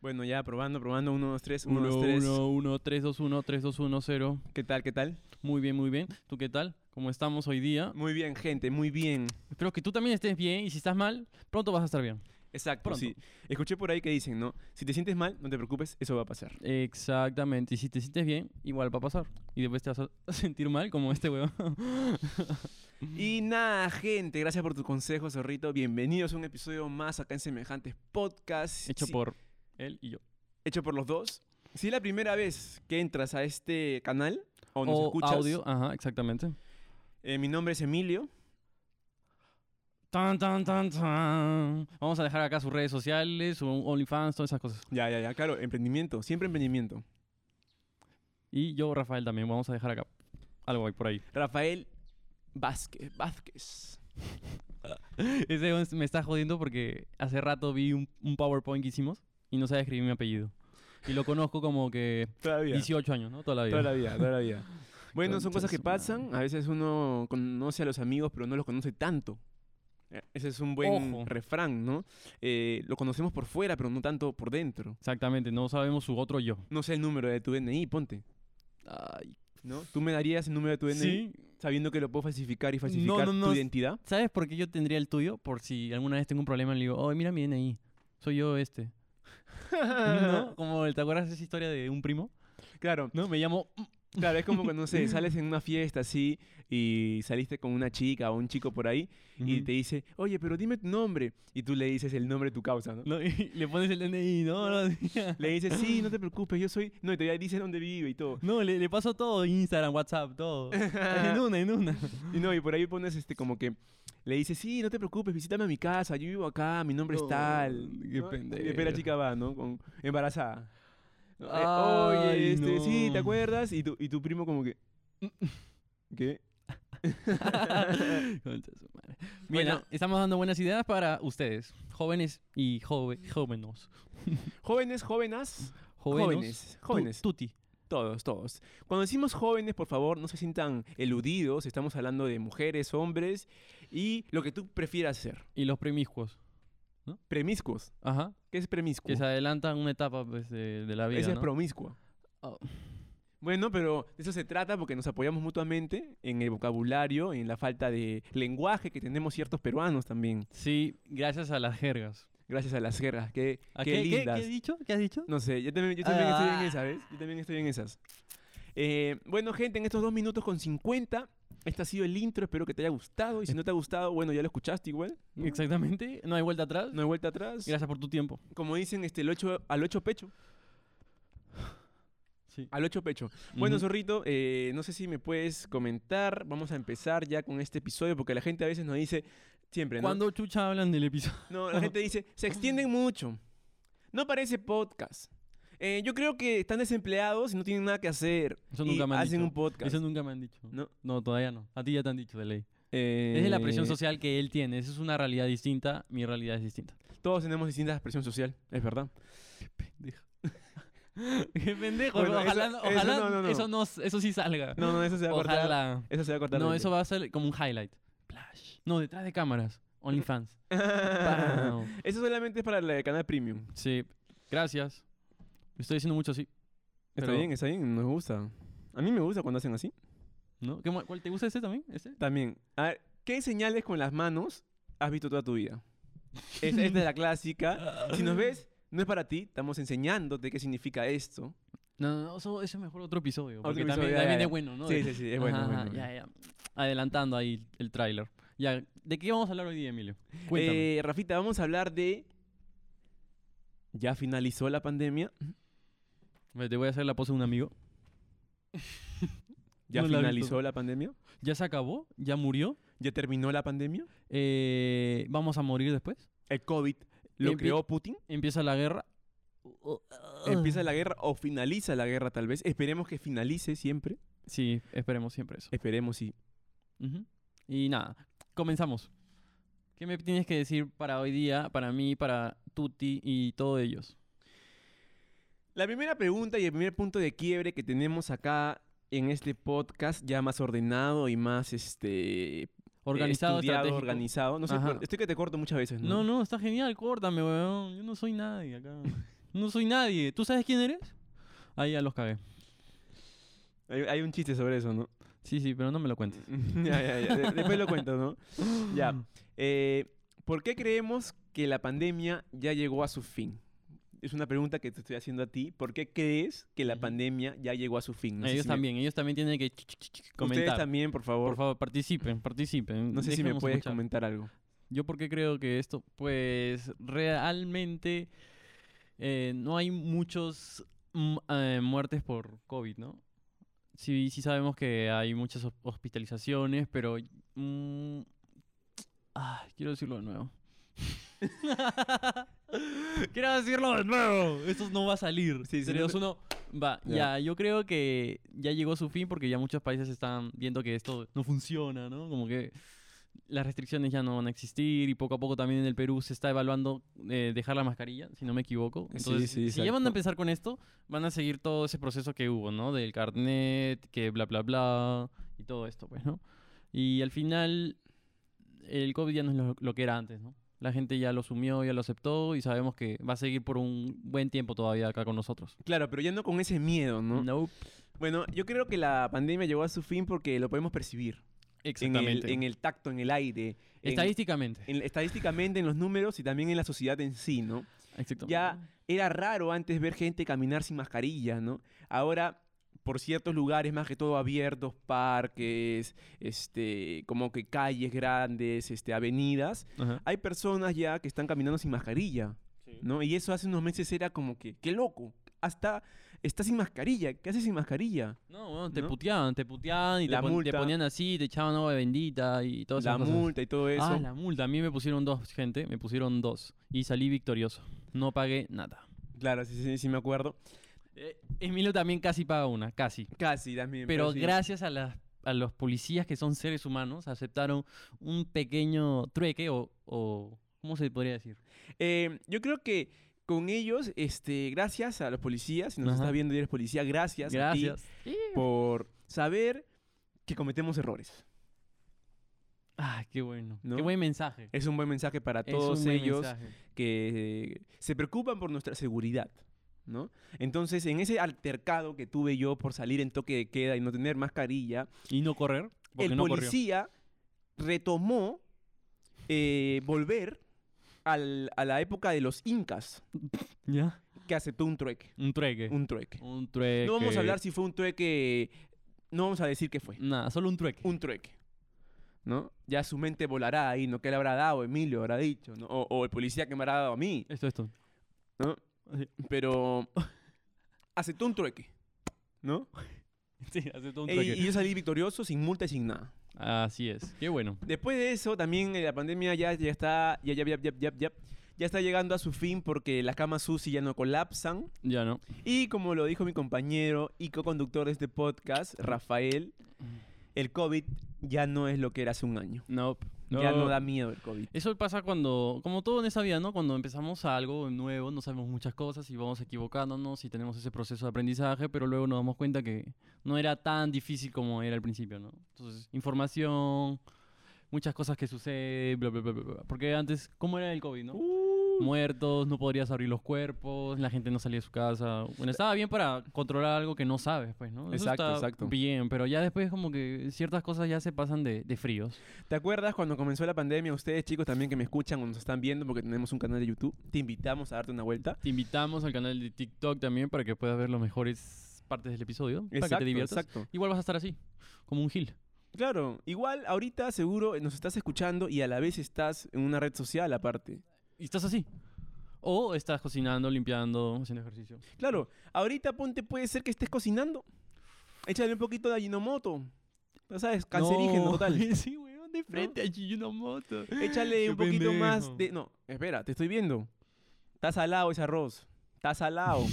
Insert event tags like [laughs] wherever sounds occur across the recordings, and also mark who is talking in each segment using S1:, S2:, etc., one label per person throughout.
S1: Bueno, ya probando, probando. 1, 2, 3, 1,
S2: 1,
S1: 2, 3.
S2: 1, 1, 3, 2, 1, 3, 2, 1, 0.
S1: ¿Qué tal, qué tal?
S2: Muy bien, muy bien. ¿Tú qué tal? ¿Cómo estamos hoy día?
S1: Muy bien, gente, muy bien.
S2: Espero que tú también estés bien y si estás mal, pronto vas a estar bien.
S1: Exacto,
S2: Pronto.
S1: sí. Escuché por ahí que dicen, ¿no? Si te sientes mal, no te preocupes, eso va a pasar.
S2: Exactamente. Y si te sientes bien, igual va a pasar. Y después te vas a [laughs] sentir mal como este [laughs] huevón.
S1: Y nada, gente, gracias por tu consejo, Zorrito. Bienvenidos a un episodio más acá en Semejantes Podcast.
S2: Hecho
S1: Sí,
S2: por él y yo.
S1: hecho por los dos. Si es la primera vez que entras a este canal o nos
S2: O
S1: escuchas,
S2: audio, ajá, exactamente.
S1: eh, mi nombre es Emilio.
S2: Tan, tan, tan, tan. Vamos a dejar acá sus redes sociales, su OnlyFans, todas esas cosas.
S1: Ya, ya, ya, claro, emprendimiento, siempre emprendimiento.
S2: Y yo, Rafael, también. Vamos a dejar acá algo ahí por ahí.
S1: Rafael Vázquez, Vázquez.
S2: Ese weón me está jodiendo porque hace rato vi un, un PowerPoint que hicimos y no sabía escribir mi apellido. Y lo conozco como [laughs] que
S1: Todavía.
S2: 18 años, ¿no? Toda la vida.
S1: Toda la vida, toda la vida. Bueno, son
S2: Concha
S1: cosas que
S2: su madre.
S1: pasan. A veces uno conoce a los amigos, pero no los conoce tanto. Eh, Ese es un buen
S2: Ojo.
S1: refrán, ¿no? Eh, lo conocemos por fuera, pero no tanto por dentro.
S2: Exactamente, no sabemos su otro yo.
S1: No sé el número de tu DNI, ponte.
S2: Ay,
S1: ¿No? ¿Tú me darías el número de tu DNI
S2: sí.
S1: sabiendo que lo puedo falsificar y falsificar
S2: no, no.
S1: tu identidad?
S2: ¿Sabes por qué yo tendría el tuyo? Por si alguna vez tengo un problema y le digo, oh, mira mi DNI, soy yo este. [laughs] [laughs] ¿No? Como, el- ¿te acuerdas de esa historia de un primo?
S1: Claro,
S2: No, me llamo... [laughs]
S1: claro, es como cuando, no sé, sales en una fiesta así y saliste con una chica o un chico por ahí y
S2: Ujú.
S1: te dice, oye, pero dime tu nombre. Y tú le dices el nombre de tu causa, ¿no?
S2: [laughs] No, y le pones el DNI, ¿no? [laughs] No,
S1: Le dices, sí, no te preocupes, yo soy. No, y te dice dónde vive y todo.
S2: No, le, le paso todo, Instagram, WhatsApp, todo. [laughs] en una, en una.
S1: Y no, y por ahí pones este como que. Le dices, sí, no te preocupes, visítame a mi casa, yo vivo acá, mi nombre
S2: No,
S1: es tal. ¿no? Y
S2: qué
S1: después la
S2: pendejo.
S1: chica va, ¿no? Con, embarazada. Eh,
S2: Ay,
S1: Oye, este, sí,
S2: no.
S1: ¿te acuerdas? Y tu, y tu primo como [laughs] que. ¿Qué? [laughs]
S2: Concha su madre. Mira,
S1: Bueno.
S2: estamos dando buenas ideas para ustedes, jóvenes y jove- jóvenes.
S1: Jóvenes, jóvenes,
S2: Jóvenes.
S1: jóvenes, jóvenes.
S2: Tu- tuti.
S1: Todos, todos. Cuando decimos jóvenes, por favor, no se sientan eludidos. Estamos hablando de mujeres, hombres y lo que tú prefieras ser.
S2: Y los premiscuos.
S1: Premiscuos.
S2: Ajá.
S1: ¿Qué es premiscuo?
S2: Que se adelantan una etapa pues, de, de la vida.
S1: Ese es
S2: ¿no?
S1: promiscuo.
S2: Oh.
S1: Bueno, pero de eso se trata porque nos apoyamos mutuamente en el vocabulario, en la falta de lenguaje que tenemos ciertos peruanos también,
S2: Sí, gracias a las jergas.
S1: gracias a las guerras. Qué,
S2: ¿A
S1: qué
S2: Ah, qué, qué,
S1: lindas.
S2: qué has dicho? ¿Qué has dicho?
S1: No sé, yo también, yo también estoy en
S2: Ah.
S1: esas, ¿ves? Yo también estoy en esas. Eh, bueno, gente, en estos dos minutos con 50, este ha sido el intro, espero que te haya gustado. Y si no te ha gustado, bueno, ya lo escuchaste igual.
S2: Exactamente. No hay vuelta atrás.
S1: No hay vuelta atrás.
S2: Gracias por tu tiempo.
S1: Como dicen, este, el ocho, al ocho pecho.
S2: Sí.
S1: Al ocho pecho. Bueno,
S2: Ujú.
S1: Zorrito, eh, no sé si me puedes comentar. Vamos a empezar ya con este episodio porque la gente a veces nos dice, siempre, ¿no?
S2: ¿Cuándo chucha hablan del episodio?
S1: No, la gente dice, se extienden mucho. No parece podcast. Eh, yo creo que están desempleados y no tienen nada que hacer.
S2: Eso
S1: y
S2: nunca me han
S1: hacen
S2: dicho.
S1: un podcast.
S2: Eso nunca me han dicho.
S1: No.
S2: todavía no. A ti ya te han dicho de ley.
S1: Eh,
S2: Es de la presión social que él tiene. Esa es una realidad distinta. Mi realidad es distinta.
S1: Todos tenemos distintas expresión social, es verdad. [laughs]
S2: pendejo. Qué pendejo.
S1: Bueno,
S2: ojalá
S1: eso-
S2: no- ojalá
S1: eso
S2: eso,
S1: no, no, no.
S2: no- eso sí salga.
S1: No, no, eso se va a cortar.
S2: ojalá.
S1: Eso se va a cortar.
S2: No,
S1: de-
S2: eso va a ser como un highlight. Flash. No, detrás de cámaras.
S1: [laughs]
S2: OnlyFans. Pau.
S1: Eso solamente es para el canal premium.
S2: Sí. Gracias. Estoy diciendo mucho así.
S1: Está
S2: Pero-
S1: bien, está bien, nos gusta. A mí me gusta cuando hacen así.
S2: ¿No? ¿Qué ma- ¿Cuál te gusta este también? ¿Este?
S1: También, a ver, ¿qué señales con las manos has visto toda tu vida? Es- esta es la [laughs] clásica. Si nos ves, no es para ti, estamos enseñándote qué significa esto.
S2: No, no, no, eso, eso es mejor otro episodio.
S1: Otro
S2: Porque
S1: episodio,
S2: también,
S1: ya,
S2: también
S1: ya.
S2: es bueno, ¿no?
S1: sí,
S2: De-
S1: sí, sí, es
S2: Ajá,
S1: bueno. es
S2: ajá,
S1: bueno, Eh, es bueno.
S2: ya, ya. Adelantando ahí el- el tráiler. Ya, ¿de qué vamos a hablar hoy día, Emilio? Cuéntame.
S1: Eh, Rafita, vamos a hablar de... ¿Ya finalizó la pandemia?
S2: Me- Te voy a hacer la pose de un amigo.
S1: ¿Ya
S2: No la he
S1: finalizó
S2: visto.
S1: la pandemia?
S2: ¿Ya se acabó? ¿Ya murió?
S1: ¿Ya terminó la pandemia?
S2: Eh, ¿Vamos a morir después?
S1: ¿El COVID lo
S2: Empie-
S1: creó Putin?
S2: Empieza la guerra.
S1: ¿Empieza la guerra o finaliza la guerra tal vez? Esperemos que finalice siempre.
S2: Sí, esperemos siempre eso.
S1: Esperemos, sí.
S2: Ujú. Y nada, comenzamos. ¿Qué me tienes que decir para hoy día, para mí, para Tuti y todos ellos?
S1: La primera pregunta y el primer punto de quiebre que tenemos acá en este podcast, ya más ordenado y más este
S2: Organizado,
S1: estudiado,
S2: estratégico.
S1: organizado. No sé,
S2: Ajá.
S1: pero estoy que te corto muchas veces, ¿no?
S2: No, no, está genial, córtame, weón. Yo no soy nadie acá. no soy nadie. ¿Tú sabes quién eres? Ahí ya los cagué.
S1: Hay, hay un chiste sobre eso, ¿no? [laughs]
S2: Sí, sí, pero no me lo cuentes.
S1: ya, ya, ya. De- después lo cuento,
S2: [gasps]
S1: ¿no? [laughs] Ya. Eh, ¿Por qué creemos que la pandemia ya llegó a su fin? Es una pregunta que te estoy haciendo a ti. ¿Por qué crees que la
S2: Ujú.
S1: pandemia ya llegó a su fin? No sé
S2: ellos
S1: si me-
S2: también, ellos también tienen que ch- ch- ch- ch- comentar.
S1: Ustedes también, por favor.
S2: Por favor, participen, participen.
S1: No sé si me
S2: Déjenos
S1: puedes
S2: escuchar.
S1: comentar algo.
S2: Yo porque creo que esto, pues realmente eh, no hay muchos mm, eh, muertes por COVID, ¿no? Sí, sí sabemos que hay muchas hos- hospitalizaciones, pero... mm, ah, quiero decirlo de nuevo. [laughs] quiero decirlo de nuevo. Esto no va a salir.
S1: Sí, sí,
S2: Tres,
S1: no-
S2: dos, uno. Va,
S1: Ya.
S2: ya, yo creo que ya llegó su fin porque ya muchos países están viendo que esto no funciona, ¿no? Como que las restricciones ya no van a existir y poco a poco también en el Perú se está evaluando eh, dejar la mascarilla, si no me equivoco.
S1: Sí,
S2: Entonces,
S1: sí,
S2: si ya van a
S1: exacto.
S2: empezar con esto, van a seguir todo ese proceso que hubo, ¿no? Del carnet, que bla, bla, bla, y todo esto, pues, ¿no? Y al final, el COVID ya no es lo, lo que era antes, ¿no? La gente ya lo asumió, ya lo aceptó y sabemos que va a seguir por un buen tiempo todavía acá con nosotros.
S1: Claro, pero ya no con ese miedo, ¿no?
S2: Nope.
S1: Bueno, yo creo que la pandemia llegó a su fin porque lo podemos percibir. En el,
S2: Exactamente.
S1: en el tacto, en el aire. en-
S2: Estadísticamente.
S1: en- estadísticamente, en los números y también en la sociedad en sí, ¿no?
S2: Exactamente.
S1: ya era raro antes ver gente caminar sin mascarilla, ¿no? Ahora, por ciertos lugares más que todo abiertos, parques, este, como que calles grandes, este, avenidas,
S2: Ajá.
S1: hay personas ya que están caminando sin mascarilla, ¿no? Y eso hace unos meses era como que, qué loco, hasta está sin mascarilla, ¿qué haces sin mascarilla?
S2: No, weón, te
S1: ¿no?
S2: puteaban, te puteaban y te,
S1: La
S2: pon- te
S1: multa.
S2: ponían así, te echaban agua bendita y todo eso.
S1: La multa y todo eso.
S2: Ah, la multa. A mí me pusieron dos, gente. Me pusieron dos. Y salí victorioso. No pagué nada.
S1: Claro, sí, sí, sí me acuerdo.
S2: Eh, Emilio también casi paga una, casi.
S1: Casi también.
S2: Pero
S1: sí.
S2: gracias a las a los policías que son seres humanos aceptaron un pequeño trueque o, o ¿cómo se podría decir?
S1: Eh, yo creo que con ellos, este, gracias a los policías, si nos
S2: Ajá.
S1: estás viendo y eres policía, gracias, a ti
S2: Gracias. Sí.
S1: por saber que cometemos errores.
S2: Ah, qué bueno.
S1: ¿No?
S2: Qué buen mensaje.
S1: Es un buen mensaje para
S2: Es
S1: todos
S2: un buen
S1: ellos
S2: mensaje.
S1: que eh, se preocupan por nuestra seguridad, ¿no? Entonces, en ese altercado que tuve yo por salir en toque de queda y no tener mascarilla,
S2: Y no correr, porque
S1: el
S2: no corrió.
S1: policía retomó eh, volver al- a la época de los incas,
S2: ¿Ya?
S1: que aceptó un trueque,
S2: Un trueque.
S1: un trueque.
S2: Un trueque.
S1: No vamos a hablar si fue un trueque. No vamos a decir qué fue.
S2: Nada, solo un trueque.
S1: Un trueque. ¿No? Ya su mente volará ahí, ¿no? ¿Qué le habrá dado Emilio? Habrá dicho, ¿no? O, o el policía que me habrá dado a mí.
S2: Esto, esto.
S1: Pero. Aceptó un trueque. ¿No?
S2: [laughs] Sí, aceptó un
S1: E-
S2: trueque.
S1: y yo salí victorioso sin multa y sin nada.
S2: Así es. Qué bueno.
S1: Después de eso, también eh, la pandemia ya, ya está. Ya, ya, ya, ya, ya, ya. Ya está llegando a su fin porque las camas UCI ya no colapsan.
S2: Ya no.
S1: Y como lo dijo mi compañero y co-conductor de este podcast, Rafael, el COVID ya no es lo que era hace un año.
S2: Nope. No.
S1: Ya no da miedo el COVID.
S2: Eso pasa cuando, como todo en esa vida, ¿no? Cuando empezamos algo nuevo, no sabemos muchas cosas y vamos equivocándonos y tenemos ese proceso de aprendizaje, pero luego nos damos cuenta que no era tan difícil como era al principio, ¿no? Entonces, información, muchas cosas que suceden, bla, bla, bla, bla. bla. Porque antes, ¿cómo era el COVID, no?
S1: Uh.
S2: Muertos, no podrías abrir los cuerpos, la gente no salía de su casa. Bueno, estaba bien para controlar algo que no sabes, pues, ¿no? Eso
S1: Exacto,
S2: está
S1: exacto.
S2: Bien, pero ya después como que ciertas cosas ya se pasan de, de fríos.
S1: ¿Te acuerdas cuando comenzó la pandemia? Ustedes chicos también que me escuchan o nos están viendo porque tenemos un canal de YouTube. Te invitamos a darte una vuelta.
S2: Te invitamos al canal de TikTok también para que puedas ver las mejores partes del episodio. para que te diviertas.
S1: exacto.
S2: Igual vas a estar así, como un gil.
S1: Claro, igual ahorita seguro nos estás escuchando y a la vez estás en una red social aparte.
S2: Y estás así. O estás cocinando, limpiando, haciendo ejercicio.
S1: Claro, ahorita ponte puede ser que estés cocinando. Échale un poquito de Ajinomoto. Ya sabes, cancerígeno
S2: No. [laughs]
S1: total.
S2: sí, weón, de frente a Chiyunamoto.
S1: Échale
S2: Qué
S1: un poquito más
S2: pendejo.
S1: de. No, espera, te estoy viendo. Está salado ese arroz. Está salado.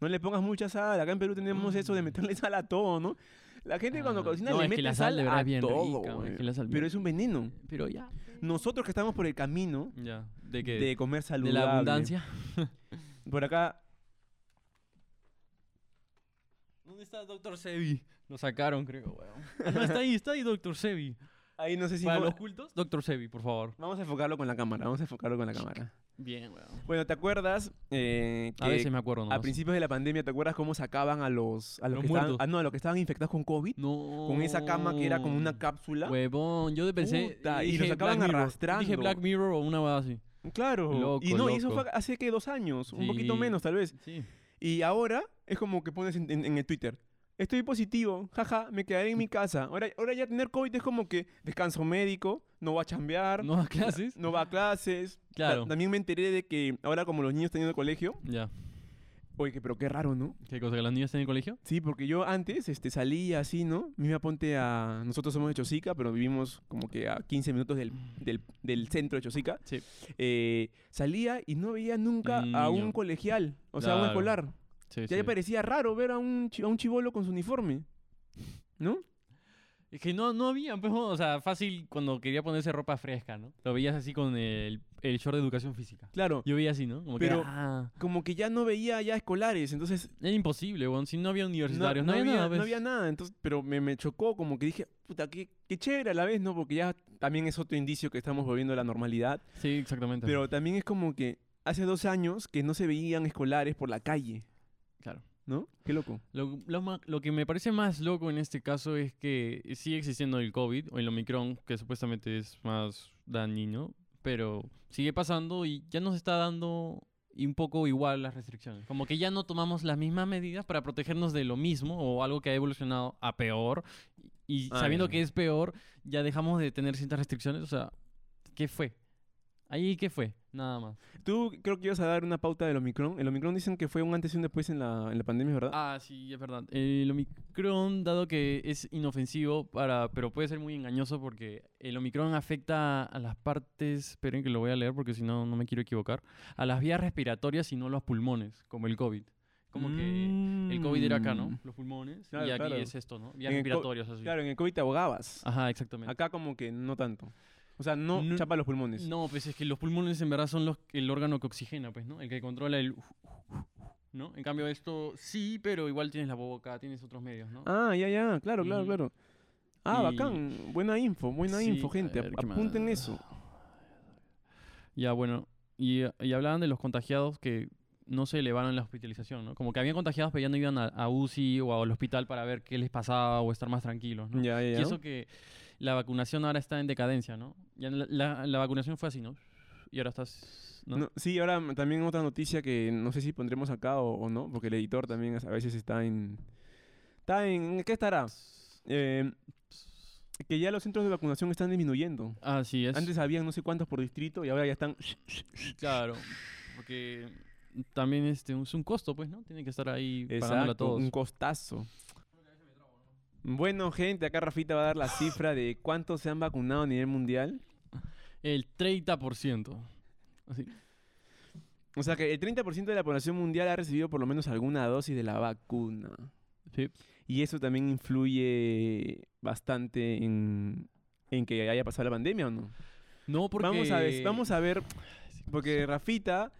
S1: no le pongas mucha sal. Acá en Perú tenemos eso de meterle sal a todo, ¿no? La gente cuando
S2: Mm. Ah,
S1: cocina
S2: no,
S1: le
S2: es que
S1: mete
S2: la sal
S1: sal,
S2: de verdad
S1: a
S2: es bien
S1: todo.
S2: rica,
S1: güey.
S2: es que la sal bien
S1: Pero es un veneno.
S2: Pero ya.
S1: Nosotros que estamos por el camino
S2: Ya. ¿De qué?
S1: de comer
S2: de
S1: saludable.
S2: la abundancia.
S1: Por acá.
S2: ¿Dónde está Doctor Sebi? Lo sacaron, creo, weón. Ah, no, está ahí, está ahí Doctor Sebi.
S1: Ahí no sé si.
S2: para
S1: fue-
S2: los cultos, Doctor Sebi, por favor.
S1: Vamos a enfocarlo con la cámara. Vamos a enfocarlo con la cámara.
S2: Bien, weón.
S1: Bueno, ¿te acuerdas? eh,
S2: A
S1: que
S2: veces me acuerdo, ¿no?
S1: a principios de la pandemia, ¿te acuerdas cómo sacaban a los, a los,
S2: Los
S1: que estaban,
S2: muertos.
S1: ah, no, a los que estaban infectados con COVID?
S2: No.
S1: Con esa cama que era como
S2: Mm,
S1: una cápsula.
S2: Huevón, yo de pensé.
S1: Puta, y
S2: dije
S1: los acaban
S2: Black Mirror.
S1: arrastrando.
S2: Dije Black Mirror o una hueá así.
S1: Claro. y
S2: Loco,
S1: no, y eso
S2: loco.
S1: fue hace que dos años, un poquito
S2: Sí.
S1: menos tal vez.
S2: Sí.
S1: Y ahora es como que pones en, en- en el Twitter. Estoy positivo, jaja, me quedaré en mi casa. Ahora, ahora ya tener COVID es como que descanso médico, no va a chambear, no,
S2: ¿No a clases?
S1: va a clases. Ta-
S2: Claro.
S1: también me enteré de que ahora como los niños están yendo al colegio,
S2: Ya.
S1: oye, que, pero qué raro, ¿no?
S2: ¿Qué cosa? ¿Que los niños estén en el colegio?
S1: Sí, porque yo antes este, salía así, ¿no? Me iba a ponte a... Nosotros somos de Chosica, pero vivimos como que a 15 minutos del, del, del centro de Chosica.
S2: Mm. Sí.
S1: Eh, salía y no veía nunca
S2: Un
S1: a
S2: niño.
S1: un colegial, o sea, a un
S2: Claro.
S1: escolar.
S2: Sí,
S1: Ya
S2: sí.
S1: le parecía raro ver a un, chi- a un chivolo con su uniforme. ¿No?
S2: Es que no, no había, pues, o sea, fácil cuando quería ponerse ropa fresca, ¿no? Lo veías así con el, el short de educación física.
S1: Claro.
S2: Yo veía así, ¿no? Como
S1: Pero-
S2: que ah,
S1: Como que ya no veía ya escolares, entonces...
S2: era imposible, weón. Si no había universitarios, no,
S1: no
S2: había, nada,
S1: no
S2: pues.
S1: había nada, entonces, pero me, me chocó, como que dije, puta, qué, qué chévere a la vez, ¿no? Porque ya también es otro indicio que estamos volviendo a la normalidad.
S2: Sí, exactamente.
S1: Pero también es como que hace dos años que no se veían escolares por la calle,
S2: claro.
S1: ¿no? Qué loco.
S2: Lo, lo ma- lo que me parece más loco en este caso es que sigue existiendo el COVID o el Omicron, que supuestamente es más dañino, pero sigue pasando y ya nos está dando y un poco igual las restricciones. Como que ya no tomamos las mismas medidas para protegernos de lo mismo o algo que ha evolucionado a peor y
S1: Ah,
S2: sabiendo
S1: ya.
S2: que es peor ya dejamos de tener ciertas restricciones. O sea, ¿qué fue? Ahí, ¿qué fue? Nada más.
S1: Tú creo que ibas a dar una pauta del Omicron. El Omicron dicen que fue un antes y un después en la, en la pandemia, ¿verdad?
S2: Ah, sí, es verdad. Eh, El Omicron, dado que es inofensivo, para, pero puede ser muy engañoso porque el Omicron afecta a las partes, esperen que lo voy a leer porque si no, no me quiero equivocar, a las vías respiratorias y no a los pulmones, como el COVID. Como que el COVID era acá, ¿no?
S1: Mm.
S2: Los pulmones.
S1: Claro,
S2: y aquí
S1: claro.
S2: es esto, ¿no? Vías
S1: En el co-
S2: respiratorias, así.
S1: Claro, en el COVID te ahogabas.
S2: Ajá, exactamente.
S1: Acá como que no tanto. O sea, no,
S2: Ah, No-
S1: chapa los pulmones.
S2: No, pues es que los pulmones en verdad son los, el órgano que oxigena, pues, ¿no? El que controla el... ¿No? En cambio esto sí, pero igual tienes la boca, tienes otros medios, ¿no?
S1: Ah, ya, ya, claro, claro,
S2: Ujú.
S1: claro. Ah,
S2: Mm. Y-
S1: bacán. Buena info, buena
S2: Sí,
S1: info,
S2: a
S1: gente.
S2: ver,
S1: Ap-
S2: ¿qué más?
S1: Apunten eso.
S2: Ya, bueno. Y, y hablaban de los contagiados que no se elevaron en la hospitalización, ¿no? Como que habían contagiados, pero ya no iban a, a UCI o al hospital para ver qué les pasaba o estar más tranquilos, ¿no?
S1: Ya, ya, ya.
S2: Y eso que la vacunación ahora está en decadencia, ¿no? Ya la, la- la vacunación fue así, ¿no? Y ahora estás... ¿no?
S1: No, sí, ahora mm, también otra noticia que no sé si pondremos acá o, o no, porque el editor también a veces está en... Está en... ¿Qué estará? Eh, que ya los centros de vacunación están disminuyendo.
S2: Así es.
S1: Antes habían no sé cuántos por distrito y ahora ya están...
S2: Claro. Porque también este, es un costo, pues, ¿no? Tienen que estar ahí pagándolo a
S1: Exacto,
S2: todos.
S1: un costazo. Bueno, gente, acá Rafita va a dar la cifra de cuántos se han vacunado a nivel mundial.
S2: El 30%. Así.
S1: O sea que el 30% de la población mundial ha recibido por lo menos alguna dosis de la vacuna.
S2: Sí.
S1: Y eso también influye bastante en, en que haya pasado la pandemia o no.
S2: No, porque...
S1: Vamos, a ver, vamos a ver,
S2: Sí,
S1: porque Rafita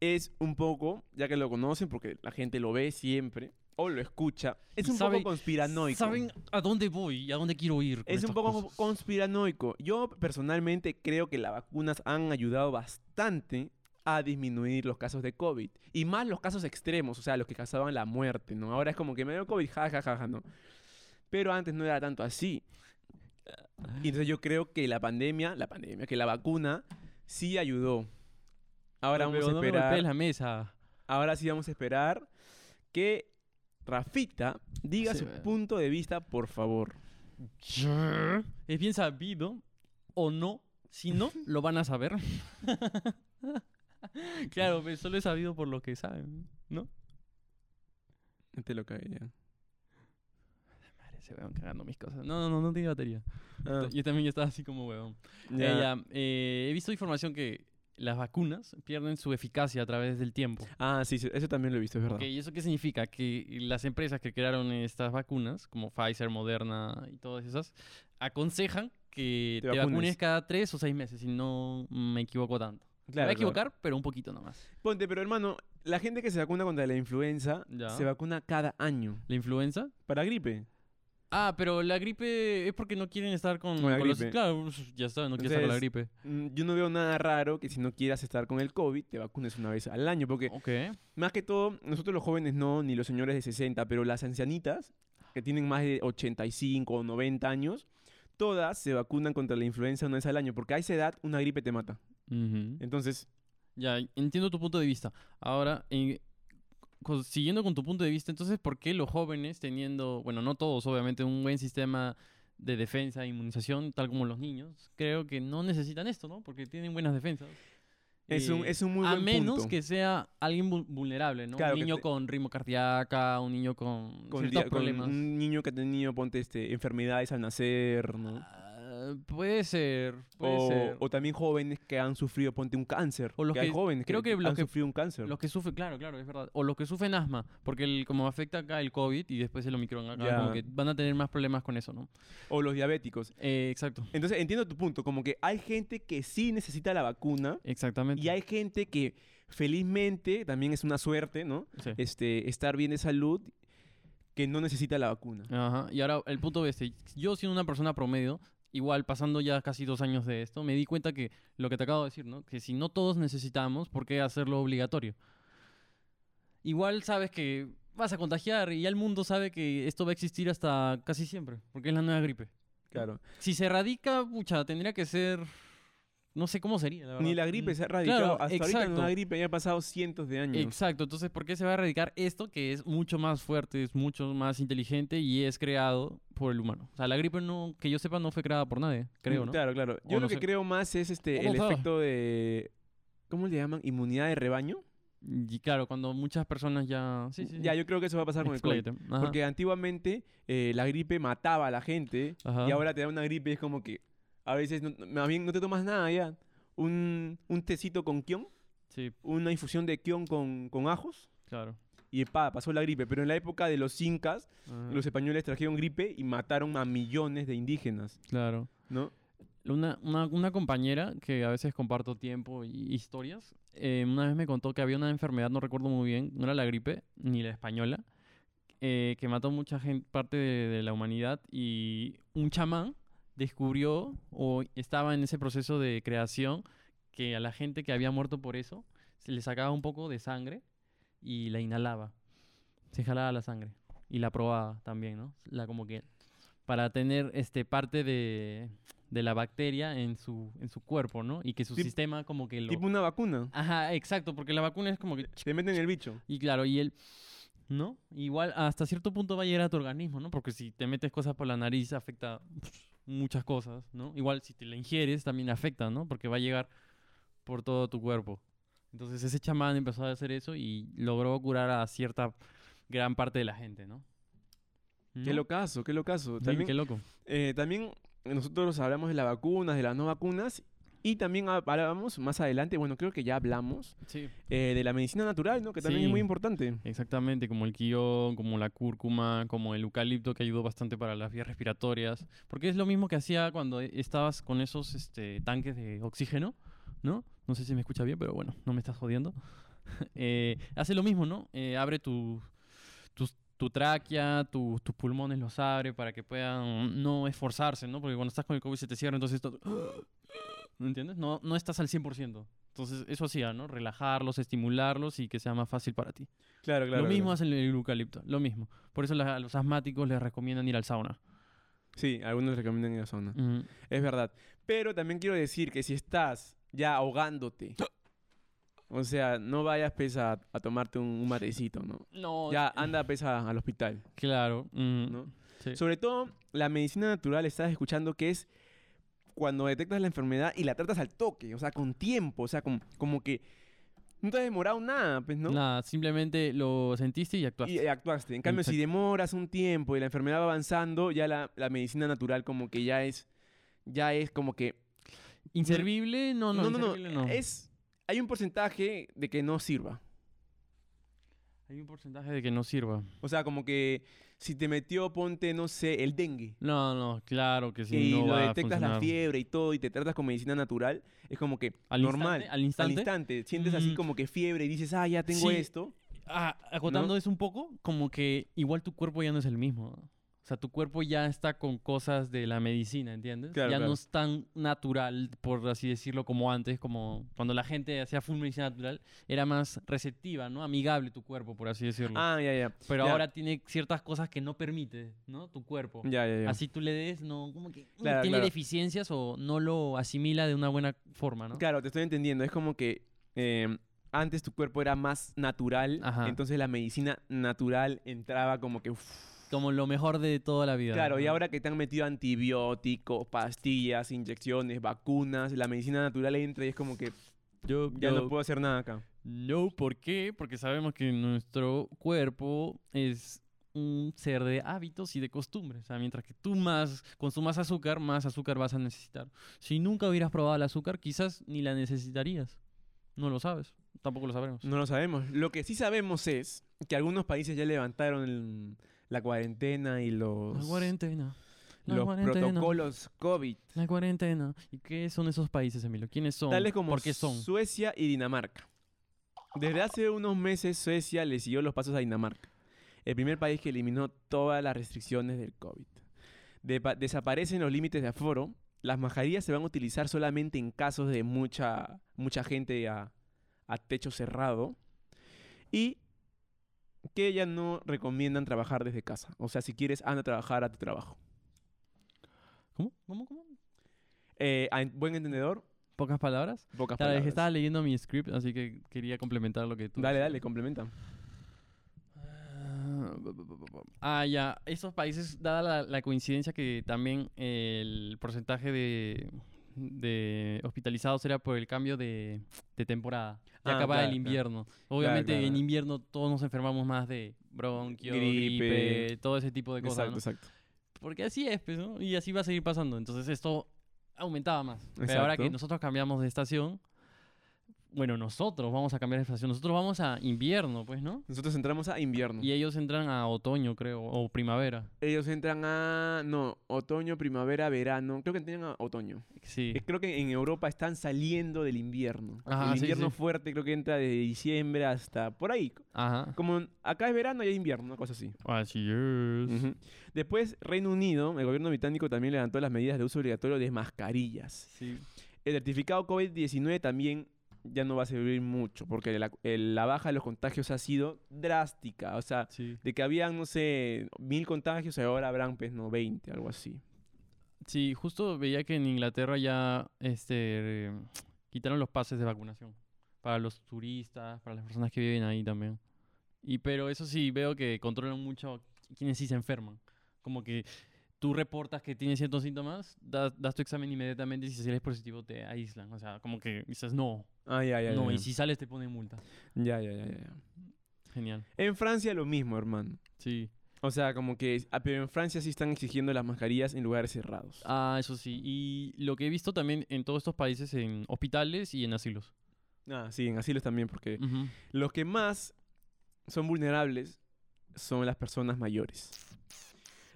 S1: es un poco, ya que lo conocen, porque la gente lo ve siempre o lo escucha, es un
S2: Sabe-
S1: poco conspiranoico.
S2: ¿Saben a dónde voy y a dónde quiero ir? con
S1: Es un
S2: estas
S1: poco
S2: cosas?
S1: conspiranoico. Yo personalmente creo que las vacunas han ayudado bastante a disminuir los casos de COVID. Y más los casos extremos, o sea, los que causaban la muerte, ¿no? Ahora es como que me dio COVID, ja, ja, ja, ja, no. Pero antes no era tanto así. Y entonces yo creo que la pandemia, la pandemia, que la vacuna sí ayudó. Ahora
S2: No,
S1: vamos a
S2: pero no me golpees
S1: esperar.
S2: la mesa.
S1: Ahora sí vamos a esperar que Rafita diga
S2: Sí,
S1: su
S2: weón.
S1: punto de vista, por favor.
S2: Es bien sabido o no. Si no,
S1: [laughs]
S2: lo van a saber. [laughs] claro, pero solo es sabido por lo que saben, ¿no?
S1: Te lo cagué ya.
S2: Madre, se van cagando mis cosas. No, no, no, no tiene batería.
S1: Ah,
S2: Yo también estaba así como huevón.
S1: ya.
S2: Eh, ya, eh, he visto información que las vacunas pierden su eficacia a través del tiempo.
S1: Ah, sí, sí, eso también lo he visto, es verdad.
S2: Ok, ¿y eso qué significa? Que las empresas que crearon estas vacunas, como Pfizer, Moderna y todas esas, aconsejan que
S1: Te
S2: te,
S1: vacunes.
S2: vacunes. cada tres o seis meses, si no me equivoco tanto. me voy a equivocar, pero un poquito nomás.
S1: Ponte, pero hermano, la gente que se vacuna contra la influenza
S2: Ya.
S1: se vacuna cada año.
S2: ¿La influenza?
S1: Para gripe.
S2: Ah, pero la gripe es porque no quieren estar con,
S1: Con la
S2: con los-
S1: gripe.
S2: Claro, ya está, no quieren estar con la gripe.
S1: Mm, Yo no veo nada raro que si no quieras estar con el COVID, te vacunes una vez al año. Porque
S2: Ok.
S1: más que todo, nosotros los jóvenes no, ni los señores de 60, pero las ancianitas, que tienen más de 85 o 90 años, todas se vacunan contra la influenza una vez al año. Porque a esa edad una gripe te mata.
S2: Ujú.
S1: Entonces,
S2: Ya, entiendo tu punto de vista. Ahora, en- co- siguiendo con tu punto de vista, entonces, ¿por qué los jóvenes teniendo, bueno, no todos, obviamente, un buen sistema de defensa e inmunización, tal como los niños, creo que no necesitan esto, ¿no? Porque tienen buenas defensas.
S1: es, un,
S2: Eh,
S1: es un muy
S2: a
S1: buen
S2: menos
S1: punto.
S2: que sea alguien vul- vulnerable, ¿no?
S1: Claro,
S2: un
S1: que
S2: niño
S1: te-
S2: con ritmo cardíaca, un niño con,
S1: con,
S2: ciertos
S1: dia- con
S2: problemas.
S1: un niño que ha tenido, ponte, este, enfermedades al nacer, ¿no?
S2: Ah, puede ser, puede
S1: O,
S2: ser.
S1: o también jóvenes que han sufrido, ponte, un cáncer.
S2: O los
S1: hay
S2: que-
S1: jóvenes
S2: creo que
S1: han
S2: los que-
S1: sufrido un cáncer.
S2: Los que sufren, claro, claro, es verdad. O los que sufren asma, porque el, como afecta acá el COVID y después el Omicron acá,
S1: Ya.
S2: como que van a tener más problemas con eso, ¿no?
S1: O los diabéticos.
S2: Eh, exacto.
S1: Entonces, entiendo tu punto. Como que hay gente que sí necesita la vacuna
S2: Exactamente.
S1: y hay gente que felizmente, también es una suerte, ¿no?
S2: Sí.
S1: Este, estar bien de salud que no necesita la vacuna.
S2: Ajá. Y ahora el punto este. Yo siendo una persona promedio, igual pasando ya casi dos años de esto, me di cuenta que lo que te acabo de decir, ¿no? Que si no todos necesitamos, ¿por qué hacerlo obligatorio? Igual sabes que vas a contagiar y ya el mundo sabe que esto va a existir hasta casi siempre, porque es la nueva gripe.
S1: Claro.
S2: Si se erradica, pucha, tendría que ser. No sé cómo sería, la verdad. Mm,
S1: Ni la gripe se ha erradicado.
S2: Claro,
S1: Hasta ahorita
S2: exacto.
S1: la gripe ya ha pasado cientos de años.
S2: Exacto, entonces, ¿por qué se va a erradicar esto que es mucho más fuerte, es mucho más inteligente y es creado por el humano? O sea, la gripe, no, que yo sepa, no fue creada por nadie, creo,
S1: Mm,
S2: ¿no?
S1: Claro, claro. Yo lo
S2: O no
S1: que
S2: sé.
S1: creo más es este
S2: ¿Cómo
S1: el
S2: sabe?
S1: efecto de ¿cómo le llaman? Inmunidad de rebaño.
S2: Y claro, cuando muchas personas ya. Sí, sí.
S1: Ya,
S2: sí.
S1: yo creo que eso va a pasar con el COVID.
S2: Expláyate. Ajá.
S1: Porque antiguamente eh, la gripe mataba a la gente
S2: Ajá.
S1: y ahora te da una gripe y es como que a veces no, más bien no te tomas nada ya. Un, un tecito con kion,
S2: Sí,
S1: una infusión de kion con, con ajos
S2: claro.
S1: y pa, pasó la gripe. Pero en la época de los incas,
S2: Ajá.
S1: los españoles trajeron gripe y mataron a millones de indígenas,
S2: Claro.
S1: ¿no?
S2: Una, una, una compañera que a veces comparto tiempo y historias, eh, una vez me contó que había una enfermedad, no recuerdo muy bien, no era la gripe ni la española, eh, que mató mucha gente, parte de, de la humanidad y un chamán descubrió o estaba en ese proceso de creación que a la gente que había muerto por eso se le sacaba un poco de sangre y la inhalaba, se jalaba la sangre y la probaba también, ¿no? La como que para tener este parte de de la bacteria en su, en su cuerpo, ¿no? Y que su
S1: Tip-
S2: sistema como que lo...
S1: Tipo una vacuna.
S2: Ajá, exacto, porque la vacuna es como que...
S1: Te meten el bicho.
S2: Y claro, y él... ¿No? Igual hasta cierto punto va a llegar a tu organismo, ¿no? Porque si te metes cosas por la nariz afecta muchas cosas, ¿no? Igual si te la ingieres también afecta, ¿no? Porque va a llegar por todo tu cuerpo. Entonces ese chamán empezó a hacer eso y logró curar a cierta gran parte de la gente, ¿no?
S1: Qué
S2: ¿No?
S1: locazo, qué locazo.
S2: Sí,
S1: También
S2: qué loco.
S1: Eh, también nosotros hablamos de las vacunas, de las no vacunas. Y también hab- hablábamos más adelante, bueno, creo que ya hablamos,
S2: Sí.
S1: eh, de la medicina natural, ¿no? Que también es
S2: Sí.
S1: muy importante.
S2: Exactamente, como el quillón, como la cúrcuma, como el eucalipto que ayudó bastante para las vías respiratorias, porque es lo mismo que hacía cuando e- estabas con esos este, tanques de oxígeno, ¿no? No sé si me escucha bien, pero bueno, no me estás jodiendo. [laughs] Eh, hace lo mismo, ¿no? Eh, abre tu, tus- tu tráquea, tu- tus pulmones los abre para que puedan no esforzarse, ¿no? Porque cuando estás con el COVID se te cierra, entonces... todo- [gasps] ¿Me entiendes? No, no estás al 100%. Entonces, eso hacía, ¿no? Relajarlos, estimularlos y que sea más fácil para ti
S1: Claro,
S2: lo mismo hacen el eucalipto, lo mismo. Por eso la- a los asmáticos les recomiendan ir al sauna.
S1: Sí, algunos recomiendan esa zona. Es verdad. Pero también quiero decir que si estás ya ahogándote, o sea, no vayas pesa a tomarte un, un matecito, ¿no?
S2: No,
S1: Ya anda pesa al hospital,
S2: claro. mm,
S1: ¿no?
S2: sí.
S1: Sobre todo, la medicina natural, estás escuchando que es cuando detectas la enfermedad y la tratas al toque, o sea, con tiempo, o sea, com- como que no te has demorado nada, pues, ¿no?
S2: Nada, simplemente lo sentiste y actuaste.
S1: Y eh, actuaste. En cambio, si
S2: Exacto.
S1: demoras un tiempo y la enfermedad va avanzando, ya la, la medicina natural como que ya es, ya es como que...
S2: ¿Inservible? No, no,
S1: No, no, no,
S2: inservible no.
S1: es... Hay un porcentaje de que no sirva.
S2: Hay un porcentaje de que no sirva.
S1: O sea, como que si te metió, ponte, no sé, el dengue.
S2: No, no, claro que sí.
S1: y
S2: no
S1: lo
S2: va a
S1: detectas la
S2: funcionar.
S1: fiebre y todo y te tratas con medicina natural, es como que
S2: Al
S1: normal.
S2: Instante, al instante.
S1: Al instante, sientes así
S2: Mm.
S1: como que fiebre y dices, ah, ya tengo
S2: Sí.
S1: esto.
S2: Ah, agotando eso un poco, como que igual tu cuerpo ya no es el mismo. ¿no? O sea, tu cuerpo ya está con cosas de la medicina, ¿entiendes?
S1: Claro,
S2: ya
S1: claro.
S2: no es tan natural, por así decirlo, como antes, como cuando la gente hacía full medicina natural, era más receptiva, ¿no? Amigable tu cuerpo, por así decirlo.
S1: Ah, ya, ya.
S2: Pero
S1: ya.
S2: ahora tiene ciertas cosas que no permite, ¿no? Tu cuerpo.
S1: Ya, ya, ya.
S2: Así tú le des, no, como que mm,
S1: Claro,
S2: tiene
S1: claro.
S2: deficiencias o no lo asimila de una buena forma, ¿no?
S1: Claro, te estoy entendiendo. Es como que eh, antes tu cuerpo era más natural,
S2: Ajá.
S1: entonces la medicina natural entraba como que... uf,
S2: Como lo mejor de toda la vida.
S1: Claro, y
S2: ¿no?
S1: ahora que te han metido antibióticos, pastillas, inyecciones, vacunas, la medicina natural entra y es como que
S2: yo,
S1: ya
S2: yo-
S1: no puedo hacer nada acá.
S2: No, ¿por qué? Porque sabemos que nuestro cuerpo es un ser de hábitos y de costumbres. O sea, mientras que tú más consumas azúcar, más azúcar vas a necesitar. Si nunca hubieras probado el azúcar, quizás ni la necesitarías. No lo sabes. Tampoco lo sabremos.
S1: No lo sabemos. Lo que sí sabemos es que algunos países ya levantaron el- la cuarentena y los,
S2: La cuarentena. La
S1: los
S2: cuarentena.
S1: protocolos COVID,
S2: La cuarentena. ¿Y qué son esos países, Emilio? ¿Quiénes son?
S1: tales como
S2: ¿Por qué son?
S1: Suecia y Dinamarca. Desde hace unos meses Suecia le siguió los pasos a Dinamarca, el primer país que eliminó todas las restricciones del COVID. Depa- desaparecen los límites de aforo, las mascarillas se van a utilizar solamente en casos de mucha, mucha gente a, a techo cerrado y que ya no recomiendan trabajar desde casa. O sea, si quieres, anda a trabajar a tu trabajo.
S2: ¿Cómo? ¿Cómo? ¿Cómo?
S1: Eh, a en- buen entendedor,
S2: ¿Pocas palabras?
S1: pocas
S2: Claro, es
S1: palabras.
S2: que estaba leyendo mi script, así que quería complementar lo que tú
S1: Dale,
S2: decías.
S1: dale, complementa.
S2: Ah, ya. Esos países, dada la, la coincidencia que también el porcentaje de, de hospitalizados era por el cambio de, de temporada. Ya
S1: Ah,
S2: acababa
S1: claro, claro.
S2: el invierno. Obviamente
S1: claro,
S2: en
S1: claro.
S2: invierno todos nos enfermamos más de bronquio,
S1: Gripe.
S2: gripe, todo ese tipo de cosas.
S1: Exacto,
S2: ¿no?
S1: exacto.
S2: Porque así es, pues, ¿no? Y así va a seguir pasando. Entonces esto aumentaba más. Pero ahora
S1: Exacto.
S2: que nosotros cambiamos de estación, bueno, nosotros vamos a cambiar de estación. Nosotros vamos a invierno, pues, ¿no?
S1: Nosotros entramos a invierno.
S2: Y ellos entran a otoño, creo, o primavera.
S1: Ellos entran a. No, otoño, primavera, verano. Creo que entran a otoño.
S2: Sí.
S1: Eh, Creo que en Europa están saliendo del invierno.
S2: Ajá,
S1: El
S2: sí,
S1: invierno
S2: sí.
S1: fuerte creo que entra desde diciembre hasta por ahí.
S2: Ajá.
S1: Como en- acá es verano y hay invierno, una cosa así.
S2: Así es.
S1: Ujú. Después, Reino Unido, el gobierno británico también levantó las medidas de uso obligatorio de mascarillas.
S2: Sí.
S1: El certificado COVID-19 también ya no va a servir mucho porque la, el- la baja de los contagios ha sido drástica. O sea,
S2: Sí.
S1: de que habían, no sé, mil contagios, ahora habrán, pues, no, 20, algo así.
S2: Sí, justo veía que en Inglaterra ya este eh, quitaron los pases de vacunación para los turistas, para las personas que viven ahí también. Y pero eso sí veo que controlan mucho quienes sí se enferman. Como que tú reportas que tienes ciertos síntomas, das, das tu examen inmediatamente y si sales positivo te aíslan, o sea, como que dices no,
S1: Ah, ya, ya,
S2: no
S1: ya.
S2: y si sales te ponen multa.
S1: Ya, ya, ya, ya, ya.
S2: Genial.
S1: En Francia lo mismo, hermano.
S2: Sí.
S1: O sea, como que... ah, pero en Francia sí están exigiendo las mascarillas en lugares cerrados.
S2: Ah, eso sí. Y lo que he visto también en todos estos países, en hospitales y en asilos.
S1: Ah, sí, en asilos también, porque los que más son vulnerables son las personas mayores.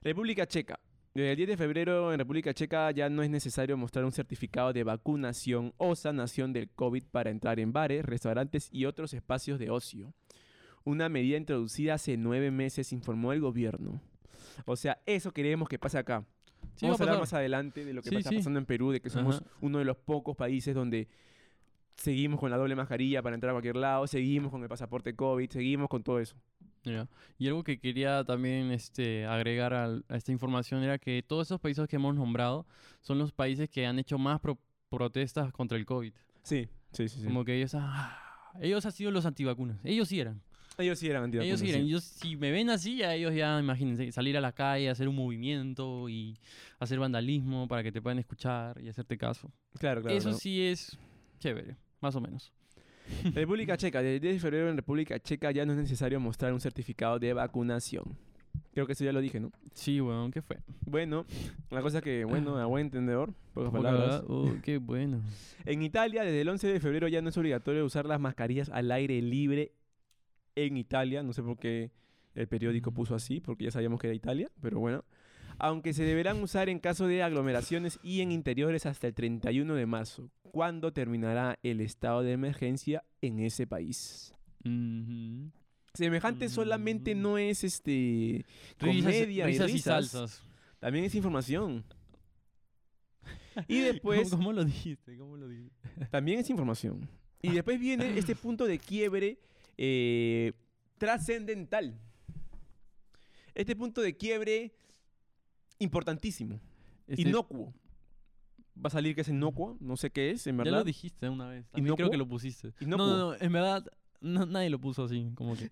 S1: República Checa. Desde el 10 de febrero en República Checa ya no es necesario mostrar un certificado de vacunación o sanación del COVID para entrar en bares, restaurantes y otros espacios de ocio. Una medida introducida hace nueve meses, informó el gobierno. O sea, eso queremos que pase acá.
S2: Sí, va
S1: Vamos a
S2: a
S1: hablar
S2: pasar.
S1: más adelante de lo que
S2: Sí,
S1: está
S2: sí.
S1: pasando en Perú, de que somos
S2: Ajá.
S1: uno de los pocos países donde seguimos con la doble mascarilla para entrar a cualquier lado, seguimos con el pasaporte COVID, seguimos con todo eso.
S2: Ya. Y algo que quería también este, agregar al- a, esta información era que todos esos países que hemos nombrado son los países que han hecho más pro- protestas contra el COVID.
S1: Sí, sí, sí.
S2: Como que ellos, ah, ellos han sido los antivacunas. Ellos sí eran.
S1: Ellos sí eran antivacunas.
S2: ellos sí eran.
S1: sí.
S2: Ellos, si me ven así, a ellos ya, imagínense, salir a la calle, hacer un movimiento y hacer vandalismo para que te puedan escuchar y hacerte caso.
S1: Claro, claro.
S2: Eso
S1: claro.
S2: sí es chévere, más o menos.
S1: República Checa, desde el 10 de febrero en República Checa ya no es necesario mostrar un certificado de vacunación. Creo que eso ya lo dije, ¿no?
S2: Sí, weón, ¿qué fue?
S1: Bueno, la cosa que, bueno, a buen entendedor, pocas
S2: Poca
S1: palabras.
S2: verdad. Oh,
S1: [laughs]
S2: qué bueno.
S1: En Italia, desde el 11 de febrero ya no es obligatorio usar las mascarillas al aire libre en Italia. No sé por qué el periódico puso así, porque ya sabíamos que era Italia, pero bueno. Aunque se deberán usar en caso de aglomeraciones y en interiores hasta el 31 de marzo, cuando terminará el estado de emergencia en ese país.
S2: Ujú.
S1: Semejante solamente
S2: Mm.
S1: no es este
S2: Risas,
S1: comedia y
S2: risas y
S1: risas.
S2: salsas.
S1: También es información. [laughs] Y después
S2: [laughs] ¿Cómo, cómo lo dijiste? ¿Cómo lo dijiste?
S1: También es información. Y después
S2: [laughs]
S1: viene este punto de quiebre eh, trascendental. Este punto de quiebre importantísimo,
S2: Este,
S1: inocuo. Va a salir que es inocuo, no sé qué es, en
S2: Ya lo
S1: verdad.
S2: dijiste una vez. también
S1: ¿Inocuo?
S2: creo que lo pusiste. No,
S1: Inocuo.
S2: no, no. En verdad, no- nadie lo puso así.
S1: [laughs]
S2: Como que.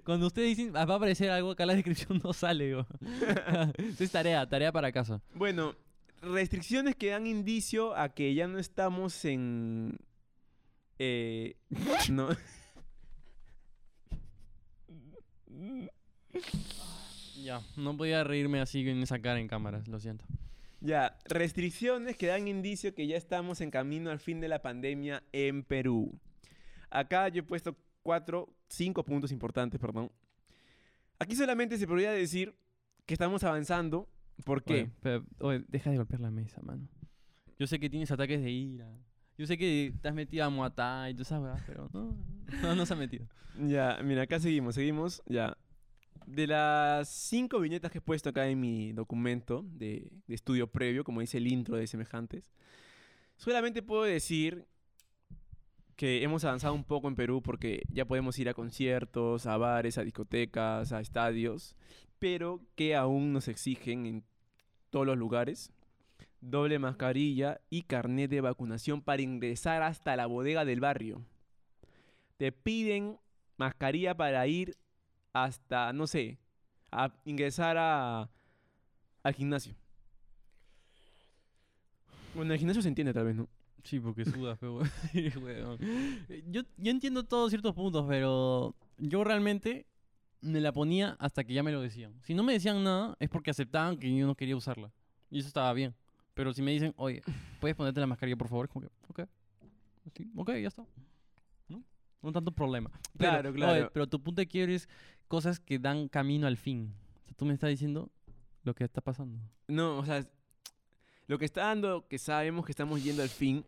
S2: [laughs] Cuando ustedes dicen, "Ah, va a aparecer algo acá, en la descripción no
S1: [laughs]
S2: sale. digo. [laughs] Entonces, es tarea, tarea para casa.
S1: Bueno, restricciones que dan indicio a que ya no estamos en... eh, [laughs] no.
S2: Ya, no podía reírme así en esa cara en cámaras, lo siento.
S1: Ya, restricciones que dan indicio que ya estamos en camino al fin de la pandemia en Perú. Acá yo he puesto cuatro, cinco puntos importantes, perdón. Aquí solamente se podría decir que estamos avanzando. ¿Por qué?
S2: Oye, pe- oye, deja de golpear la mesa, mano. Yo sé que tienes ataques de ira. Yo sé que te has metido a Muay Thai y tú sabes, pero no, no, no se ha metido.
S1: Ya, mira, acá seguimos, seguimos. Ya. De las cinco viñetas que he puesto acá en mi documento de, de estudio previo, como dice el intro de Semejantes, solamente puedo decir que hemos avanzado un poco en Perú porque ya podemos ir a conciertos, a bares, a discotecas, a estadios, pero que aún nos exigen en todos los lugares doble mascarilla y carnet de vacunación para ingresar hasta la bodega del barrio te piden mascarilla para ir hasta, no sé, a ingresar a, al gimnasio. Bueno, el gimnasio se entiende tal vez, ¿no?
S2: Sí, porque sudas, pero [laughs] weón. Eh, Yo, yo entiendo todos ciertos puntos, pero yo realmente me la ponía hasta que ya me lo decían. Si no me decían nada, es porque aceptaban que yo no quería usarla. Y eso estaba bien. Pero si me dicen, oye, ¿puedes ponerte la mascarilla, por favor? Es como que, ok. Sí, ok, ya está. ¿No? No tanto problema. Pero,
S1: Claro,
S2: oye,
S1: claro.
S2: pero tu punto de quiebre es cosas que dan camino al fin. O sea, tú me estás diciendo lo que está pasando.
S1: No, o sea, lo que está dando, que sabemos que estamos yendo al fin,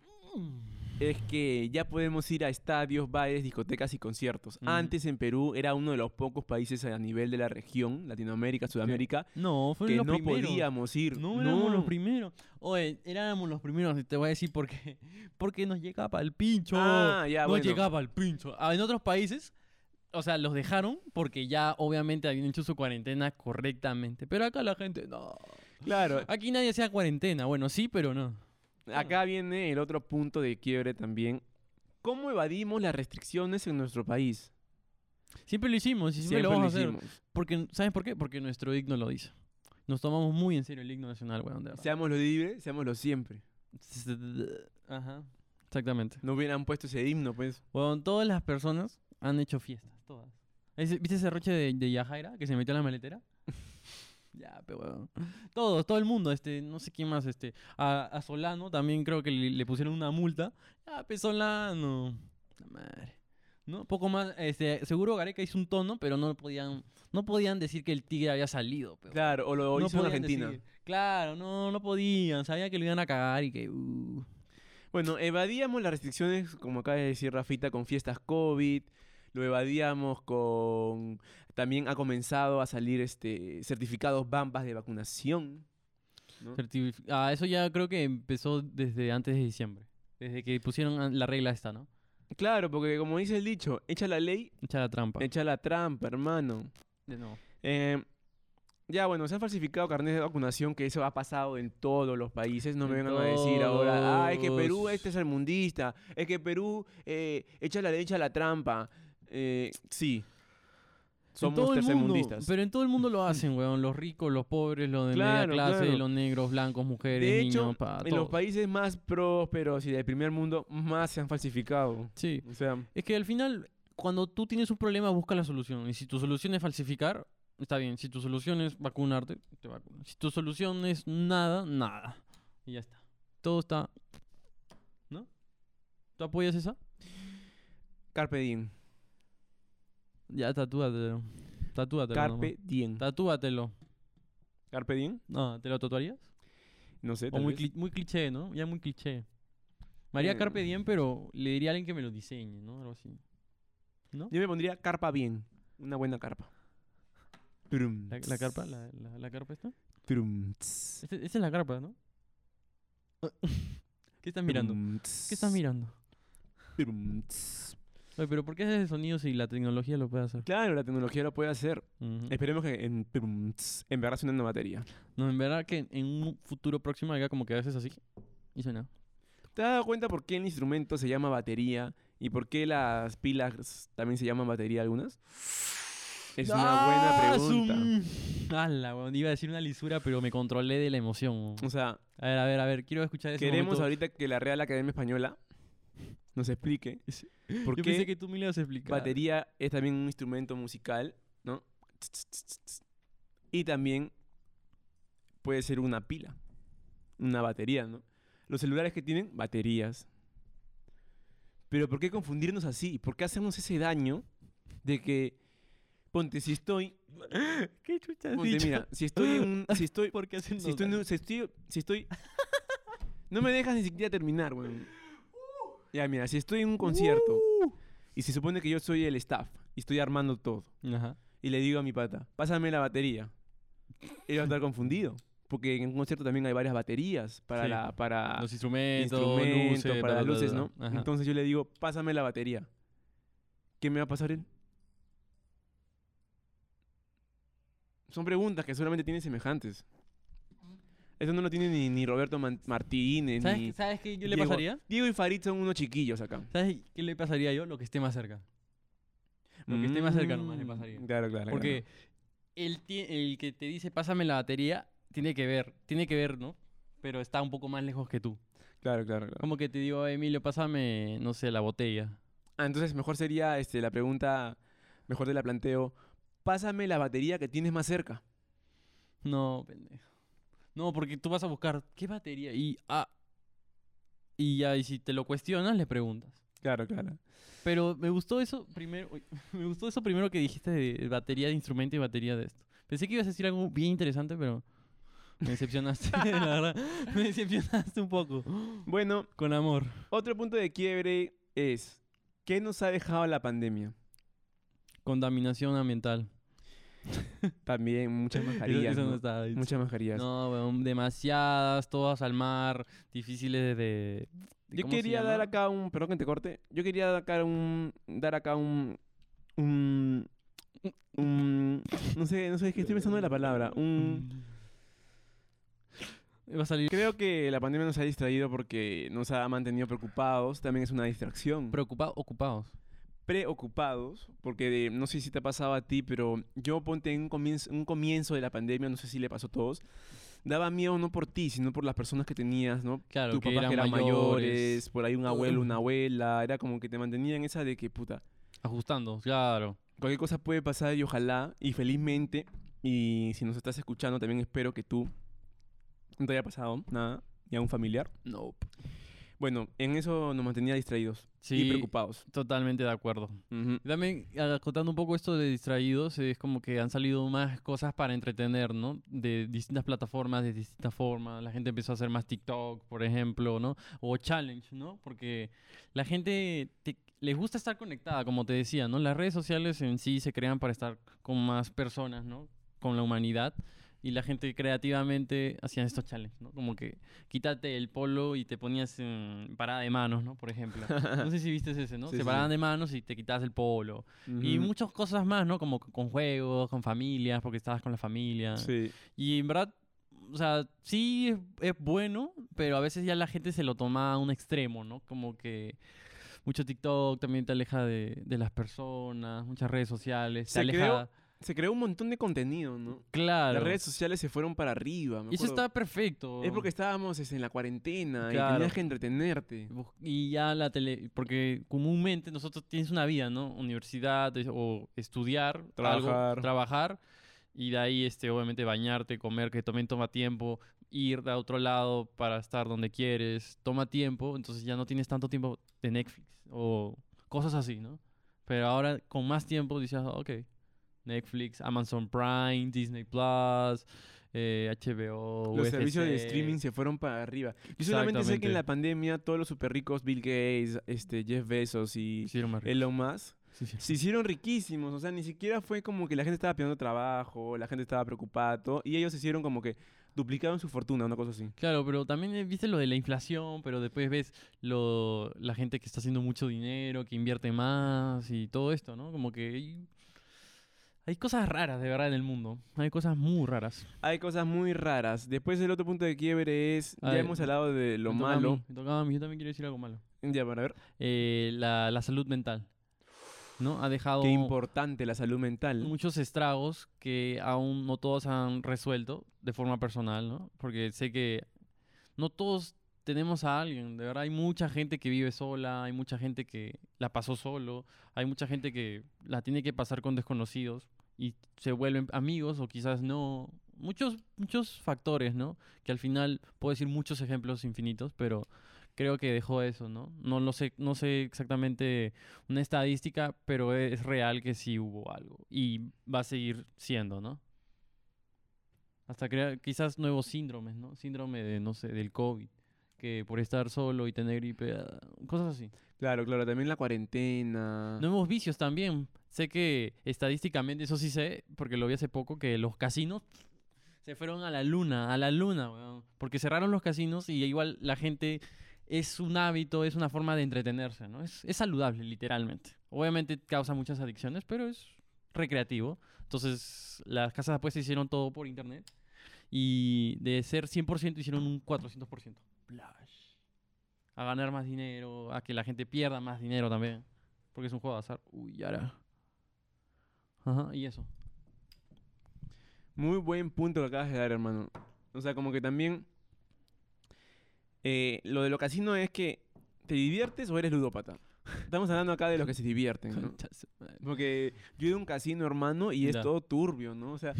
S1: es que ya podemos ir a estadios, bares, discotecas y conciertos.
S2: Ujú.
S1: Antes en Perú era uno de los pocos países a nivel de la región, Latinoamérica, Sudamérica,
S2: No, fueron
S1: que
S2: los
S1: no
S2: primeros.
S1: podíamos ir.
S2: No, éramos los
S1: No.
S2: primeros. Oye, éramos los primeros, te voy a decir por qué. [laughs] Porque nos llegaba al pincho.
S1: Ah, ya,
S2: nos
S1: bueno.
S2: llegaba al pincho. Ah, en otros países, o sea, los dejaron porque ya obviamente habían hecho su cuarentena correctamente. Pero acá la gente, no.
S1: Claro,
S2: Aquí nadie hacía cuarentena. Bueno, sí, pero no.
S1: Acá viene el otro punto de quiebre también. ¿Cómo evadimos las restricciones en nuestro país?
S2: Siempre lo hicimos y siempre, lo vamos a hacer. Porque, ¿Sabes por qué? Porque nuestro himno lo dice. Nos tomamos muy en serio el himno nacional, weón. de verdad.
S1: Seamos lo libre, seamos lo siempre.
S2: Ajá. Exactamente.
S1: No hubieran puesto ese himno, pues.
S2: Bueno, todas las personas han hecho fiestas, todas. Ese- ¿Viste ese roche de, de Yajaira que se metió a la maletera? [laughs] ya, pero bueno. Todos, todo el mundo, este, no sé quién más, este. A, a Solano también creo que le, le pusieron una multa. Ya, pe Solano. La madre. ¿No? Poco más, este, seguro Gareca hizo un tono, pero no podían, no podían decir que el tigre había salido, pe, weón.
S1: Claro, o lo
S2: No
S1: hizo en
S2: podían
S1: Argentina.
S2: decir. Claro, no, no podían. Sabían que lo iban a cagar y que. uh.
S1: Bueno, evadíamos las restricciones, como acaba de decir Rafita, con fiestas COVID. Lo evadíamos con... También ha comenzado a salir este certificados bambas de vacunación. ¿no?
S2: Certifi- Ah, eso ya creo que empezó desde antes de diciembre. Desde que pusieron a- la regla esta, ¿no?
S1: Claro, porque como dice el dicho, echa la ley,
S2: Echa la trampa.
S1: echa la trampa, hermano.
S2: De nuevo.
S1: Eh, ya, bueno, se han falsificado carnets de vacunación, que eso ha pasado en todos los países. No me
S2: En
S1: vengan a decir ahora, ah, es que Perú
S2: todos.
S1: este es el mundista, es que Perú eh, echa la derecha a la trampa. Eh, sí, somos tercermundistas.
S2: Pero en todo el mundo lo hacen, weón. Los ricos, los pobres, los de
S1: Claro,
S2: media clase,
S1: claro.
S2: los negros, blancos, mujeres,
S1: De
S2: niños,
S1: hecho,
S2: pa,
S1: En los
S2: todos.
S1: países más prósperos y del primer mundo, más se han falsificado.
S2: Sí.
S1: O sea,
S2: Es que al final, cuando tú tienes un problema, busca la solución. Y si tu solución es falsificar, está bien. Si tu solución es vacunarte, te vacunas. Si tu solución es nada, nada. Y ya está. Todo está. ¿No? ¿Tú apoyas esa?
S1: carpe diem.
S2: Ya, tatúatelo. Tatúatelo.
S1: Carpe
S2: nomás.
S1: diem.
S2: Tatúatelo.
S1: Carpe diem.
S2: No, ¿te lo tatuarías?
S1: No sé,
S2: O
S1: tal
S2: muy,
S1: vez.
S2: cli- muy cliché, ¿no? Ya muy cliché. María
S1: Mm.
S2: Carpe Diem, pero le diría a alguien que me lo diseñe, ¿no? Algo así. ¿No?
S1: Yo me pondría carpa bien. Una buena carpa. Turum,
S2: La, la
S1: tss,
S2: carpa, la, la- la carpa esta.
S1: turum, tss,
S2: Este- esa es la
S1: [laughs]
S2: carpa, ¿no? ¿Qué estás mirando?
S1: turum,
S2: ¿Qué estás
S1: tss,
S2: mirando?
S1: turum, tss.
S2: Oye, pero ¿por qué haces el sonido si la tecnología lo puede hacer?
S1: Claro, la tecnología lo puede hacer.
S2: Ujú.
S1: Esperemos que en, turum, tss, en verdad suene una batería.
S2: No, en verdad que en un futuro próximo haga como que haces así y suena.
S1: ¿Te has dado cuenta por qué el instrumento se llama batería y por qué las pilas también se llaman batería algunas? Es
S2: ¡Ah,
S1: una buena pregunta.
S2: Hala, weón, iba a decir una lisura, pero me controlé de la emoción. weón.
S1: O sea,
S2: A ver, a ver, a ver, quiero escuchar eso.
S1: queremos ahorita que la Real Academia Española nos explique
S2: [laughs] Sí.
S1: por
S2: Yo
S1: qué
S2: pensé que tú me lo ibas a explicar.
S1: batería es también un instrumento musical, ¿no? Y también puede ser una pila, una batería, ¿no? Los celulares que tienen baterías. Pero ¿por qué confundirnos así? ¿Por qué hacernos ese daño de que ponte si estoy,
S2: ¿Qué chucha [laughs] has
S1: ponte,
S2: dicho?
S1: mira, si estoy en un- si estoy
S2: [laughs] ¿Por qué hacen
S1: si estoy, en un- si estoy, si
S2: [laughs]
S1: estoy- No me dejas ni siquiera terminar,
S2: Uh.
S1: weón. Ya, mira, si estoy en un concierto y se supone que yo soy el staff y estoy armando todo
S2: Ajá.
S1: y le digo a mi pata, pásame la batería, él va a estar confundido. Porque en un concierto también hay varias baterías para,
S2: Sí.
S1: la, para
S2: Los instrumentos,
S1: instrumentos,
S2: Ah. luces,
S1: para
S2: ta,
S1: las
S2: ta, ta,
S1: luces,
S2: ta.
S1: ¿no?
S2: Ajá.
S1: Entonces yo le digo, pásame la batería. ¿Qué me va a pasar él? Son preguntas que solamente tienen semejantes. Eso no lo tiene ni, ni Roberto Man- Martínez,
S2: ¿Sabes,
S1: ni...
S2: qué- ¿Sabes qué yo le
S1: Diego-
S2: pasaría?
S1: Diego y Farid son unos chiquillos acá.
S2: ¿Sabes qué le pasaría yo? Lo que esté más cerca. Lo que esté más cerca nomás le
S1: Mm,
S2: pasaría.
S1: Claro, claro.
S2: Porque el, ti- el que te dice pásame la batería tiene que ver, tiene que ver, ¿no? Pero está un poco más lejos que tú.
S1: Claro, claro, claro.
S2: Como que te digo, Emilio, pásame, no sé, la botella.
S1: Ah, entonces mejor sería este, la pregunta, mejor te la planteo, pásame la batería que tienes más cerca.
S2: No, pendejo. No, porque tú vas a buscar, ¿qué batería? Y, ah, y ya, y si te lo cuestionas, le preguntas.
S1: Claro, claro.
S2: Pero me gustó eso primero, uy, [laughs] me gustó eso primero que dijiste de batería de instrumento y batería de esto. Pensé que ibas a decir algo bien interesante, pero me decepcionaste, [laughs] la verdad. Me decepcionaste un poco.
S1: Bueno,
S2: Con amor.
S1: Otro punto de quiebre es, ¿qué nos ha dejado la pandemia?
S2: Contaminación ambiental.
S1: También muchas
S2: Eso,
S1: mascarillas.
S2: eso no
S1: ¿no?
S2: estaba dicho.
S1: Muchas mascarillas.
S2: No, weón, demasiadas, todas al mar, difíciles de... de-
S1: Yo
S2: ¿cómo se
S1: quería
S2: llama?
S1: dar acá un, perdón que te corte, yo quería dar acá un, dar acá un, un, un- no sé, no sé, es que estoy pensando en la palabra, Ah, un...
S2: Mm. Va a salir
S1: Creo que la pandemia nos ha distraído porque nos ha mantenido preocupados, también es una distracción.
S2: preocupados, ocupados.
S1: preocupados, porque de- no sé si te ha pasado a ti, pero yo ponte en un comienzo, un comienzo de la pandemia, no sé si le pasó a todos, daba miedo no por ti, sino por las personas que tenías, ¿no?
S2: Claro,
S1: Tus
S2: que
S1: papás
S2: eran,
S1: que eran
S2: mayores.
S1: mayores, por ahí un abuelo,
S2: Ujú.
S1: una abuela, era como que te mantenían esa de que, puta,
S2: Ajustando, claro.
S1: cualquier cosa puede pasar y ojalá, y felizmente, y si nos estás escuchando, también espero que tú no te haya pasado nada, ni a un familiar. No. Bueno, en eso nos mantenía distraídos y
S2: Sí,
S1: preocupados.
S2: totalmente de acuerdo.
S1: Ujú.
S2: Y También, acotando un poco esto de distraídos, es como que han salido más cosas para entretener, ¿no? De distintas plataformas, de distintas formas. La gente empezó a hacer más TikTok, por ejemplo, ¿no? O challenge, ¿no? Porque la gente te- les gusta estar conectada, como te decía, ¿no? Las redes sociales en sí se crean para estar con más personas, ¿no? Con la humanidad. Y la gente creativamente hacían estos challenges, ¿no? Como que quítate el polo y te ponías en parada de manos, ¿no?
S1: [laughs]
S2: Por ejemplo. No sé si viste ese, ¿no?
S1: Sí,
S2: se
S1: sí,
S2: paraban
S1: sí.
S2: de manos y te quitabas el polo. Y
S1: Ujú.
S2: muchas cosas más, ¿no? Como c- con juegos, con familias, porque estabas con la familia.
S1: Sí.
S2: Y en verdad, o sea, sí es, es bueno, pero a veces ya la gente se lo toma a un extremo, ¿no? Como que mucho TikTok también te aleja de, de las personas, muchas redes sociales,
S1: Se
S2: te aleja...
S1: creó- se creó un montón de contenido, ¿no?
S2: Claro.
S1: Las redes sociales se fueron para arriba. me
S2: y eso
S1: acuerdo.
S2: está perfecto.
S1: Es porque estábamos este, en la cuarentena y
S2: Claro.
S1: tenías que entretenerte.
S2: Bus- Y ya la tele, porque comúnmente nosotros tienes una vida, ¿no? Universidad es- o estudiar,
S1: Trabajar.
S2: algo, trabajar, y de ahí, este, obviamente, bañarte, comer, que también toma tiempo, ir a otro lado para estar donde quieres, toma tiempo, entonces ya no tienes tanto tiempo de Netflix o cosas así, ¿no? Pero ahora con más tiempo dices, "Ah, ok, Netflix, Amazon Prime, Disney Plus, eh, HBO,
S1: Los servicios de
S2: UFC.
S1: streaming se fueron para arriba. Yo solamente sé que en
S2: Exactamente.
S1: la pandemia todos los super ricos, Bill Gates, este, Jeff Bezos y
S2: Hicieron más ricos.
S1: Elon Musk,
S2: Sí, sí.
S1: se hicieron riquísimos. O sea, ni siquiera fue como que la gente estaba pidiendo trabajo, la gente estaba preocupada, todo, y ellos se hicieron como que duplicaron su fortuna, una cosa así.
S2: Claro, pero también eh, viste lo de la inflación, pero después ves lo, la gente que está haciendo mucho dinero, que invierte más y todo esto, ¿no? Como que hay, hay cosas raras de verdad en el mundo. Hay cosas muy raras.
S1: Hay cosas muy raras. Después el otro punto de quiebre es,
S2: A
S1: ya
S2: ver,
S1: hemos hablado de lo
S2: Me tocaba a mí,
S1: malo.
S2: me tocaba a mí, yo también quiero decir algo malo.
S1: Ya, bueno, a ver.
S2: Eh, la, la salud mental, ¿no? Ha dejado
S1: Qué importante la salud mental.
S2: muchos estragos que aún no todos han resuelto de forma personal, ¿no? Porque sé que no todos tenemos a alguien, de verdad hay mucha gente que vive sola, hay mucha gente que la pasó solo, hay mucha gente que la tiene que pasar con desconocidos y se vuelven amigos o quizás no, muchos muchos factores, ¿no? Que al final puedo decir muchos ejemplos infinitos, pero creo que dejó eso, ¿no? No lo sé, no sé exactamente una estadística, pero es real que sí hubo algo y va a seguir siendo, ¿no? Hasta crear quizás nuevos síndromes, ¿no? Síndrome de, no sé, del COVID, que por estar solo y tener gripe, ah, cosas así.
S1: Claro, claro, también la cuarentena.
S2: Nuevos vicios también. Sé que estadísticamente, eso sí sé, porque lo vi hace poco, que los casinos se fueron a la luna, a la luna, weón. Porque cerraron los casinos y igual la gente es un hábito, es una forma de entretenerse, ¿no? Es, es saludable, literalmente. Obviamente causa muchas adicciones, pero es recreativo. Entonces, las casas de apuestas hicieron todo por internet y de ser 100% hicieron un 400%. A ganar más dinero, a que la gente pierda más dinero también. Porque es un juego de azar. Uy, ahora. Ajá, y eso.
S1: Muy buen punto que acabas de dar, hermano. O sea, como que también. eh, lo de lo casino es que. ¿Te diviertes o eres ludópata? Estamos hablando acá de los que se divierten, ¿no?
S2: Concha su madre.
S1: Porque yo he ido a un casino, hermano, y es
S2: Ya.
S1: todo turbio, ¿no? O sea,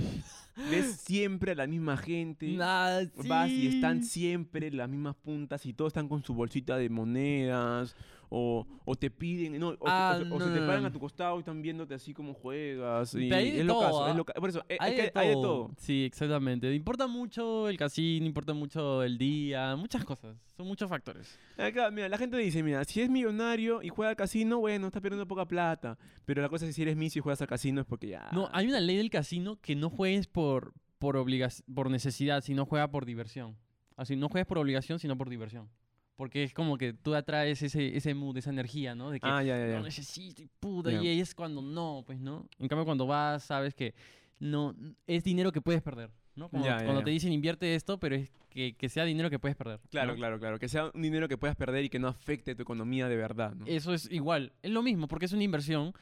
S1: ves siempre a la misma gente.
S2: Nah,
S1: Vas y están
S2: sí.
S1: siempre las mismas puntas y todos están con su bolsita de monedas. O, o te piden, no, o,
S2: Ah,
S1: o se- o
S2: no,
S1: se te
S2: no,
S1: paran
S2: no.
S1: a tu costado y están viéndote así como juegas. Y
S2: Pero hay de
S1: es lo
S2: todo,
S1: caso,
S2: ¿ah?
S1: es lo Por eso, eh, es
S2: Hay,
S1: que
S2: de
S1: hay de
S2: todo.
S1: todo.
S2: Sí, exactamente. Importa mucho el casino, importa mucho el día, muchas cosas. Son muchos factores.
S1: Acá, Eh, mira, la gente dice, mira, si es millonario y juega al casino, bueno, está perdiendo poca plata. Pero la cosa es que si eres misio y juegas al casino es porque ya...
S2: No, hay una ley del casino que no juegues por, por, obligas- por necesidad, sino juega por diversión. Así, no juegues por obligación, sino por diversión. Porque es como que tú atraes ese, ese mood, esa energía, ¿no? De que
S1: Ah, ya, ya, ya.
S2: no necesito y puta.
S1: Ya.
S2: Y ahí es cuando no, pues, ¿no? En cambio, cuando vas, sabes que no es dinero que puedes perder, ¿no? Cuando,
S1: Ya, ya,
S2: cuando
S1: ya.
S2: te dicen invierte esto, pero es que, que sea dinero que puedes perder.
S1: Claro,
S2: ¿no?
S1: claro, claro. Que sea un dinero que puedas perder y que no afecte tu economía de verdad, ¿no?
S2: Eso es igual, es lo mismo, porque es una inversión,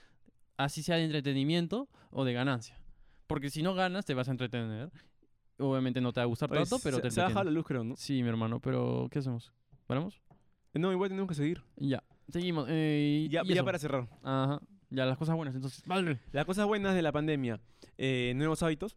S2: así sea de entretenimiento o de ganancia. Porque si no ganas, te vas a entretener. Obviamente no te va a gustar
S1: Oye,
S2: tanto,
S1: Pues,
S2: pero
S1: se,
S2: te
S1: se ha bajado
S2: entretienes.
S1: la luz, creo, ¿no?
S2: Sí, mi hermano, pero ¿qué hacemos? ¿Paramos?
S1: No, igual tenemos que seguir.
S2: Ya, seguimos. eh, y-
S1: Ya,
S2: y
S1: ya
S2: eso.
S1: para cerrar.
S2: Ajá, ya las cosas buenas, entonces. Vale.
S1: Las cosas buenas de la pandemia. Eh, nuevos hábitos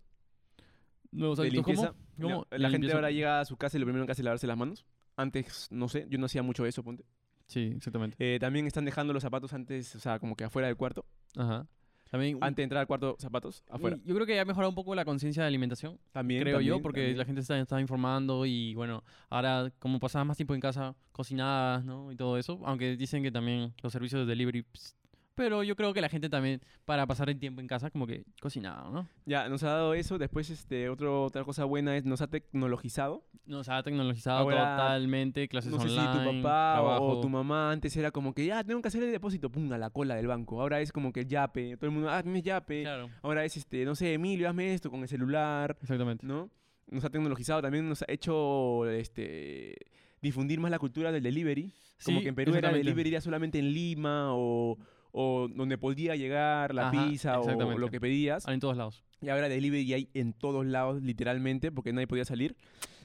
S2: Nuevos
S1: de
S2: hábitos, ¿cómo?
S1: limpieza.
S2: ¿Cómo?
S1: La,
S2: La
S1: la gente
S2: limpieza.
S1: ahora llega a su casa y lo primero que hace es lavarse las manos. Antes, no sé, yo no hacía mucho eso, ponte.
S2: Sí, exactamente.
S1: Eh, también están dejando los zapatos antes, o sea, como que afuera del cuarto.
S2: Ajá. También. un-
S1: Antes de entrar al cuarto, zapatos afuera.
S2: Yo creo que ya ha mejorado un poco la conciencia de alimentación.
S1: También,
S2: creo yo,
S1: también,
S2: porque
S1: también.
S2: la gente está, está informando y bueno, ahora como pasabas más tiempo en casa, cocinabas, ¿no? Y todo eso, aunque dicen que también los servicios de delivery, pss, pero yo creo que la gente también, para pasar el tiempo en casa, como que cocinaba, ¿no?
S1: Ya, nos ha dado eso. Después, este, otro, otra cosa buena es nos ha tecnologizado.
S2: No, o sea, ha tecnologizado
S1: Ahora,
S2: totalmente, clases
S1: no sé
S2: online,
S1: si tu papá o-
S2: trabajo.
S1: o tu mamá antes era como que ya tengo que hacer el depósito, pum, a la cola del banco. Ahora es como que el yape, todo el mundo, ah, tienes yape.
S2: Claro,
S1: Ahora es este, no sé, Emilio, hazme esto con el celular,
S2: exactamente.
S1: ¿no? Nos ha tecnologizado, también nos ha hecho este difundir más la cultura del delivery. Como
S2: Sí,
S1: que en Perú era
S2: exactamente.
S1: delivery era solamente en Lima o, o donde podía llegar la
S2: Ajá,
S1: pizza o- o lo
S2: exactamente.
S1: que pedías.
S2: Ahora en todos lados.
S1: Y ahora delivery hay en todos lados, literalmente, porque nadie podía salir.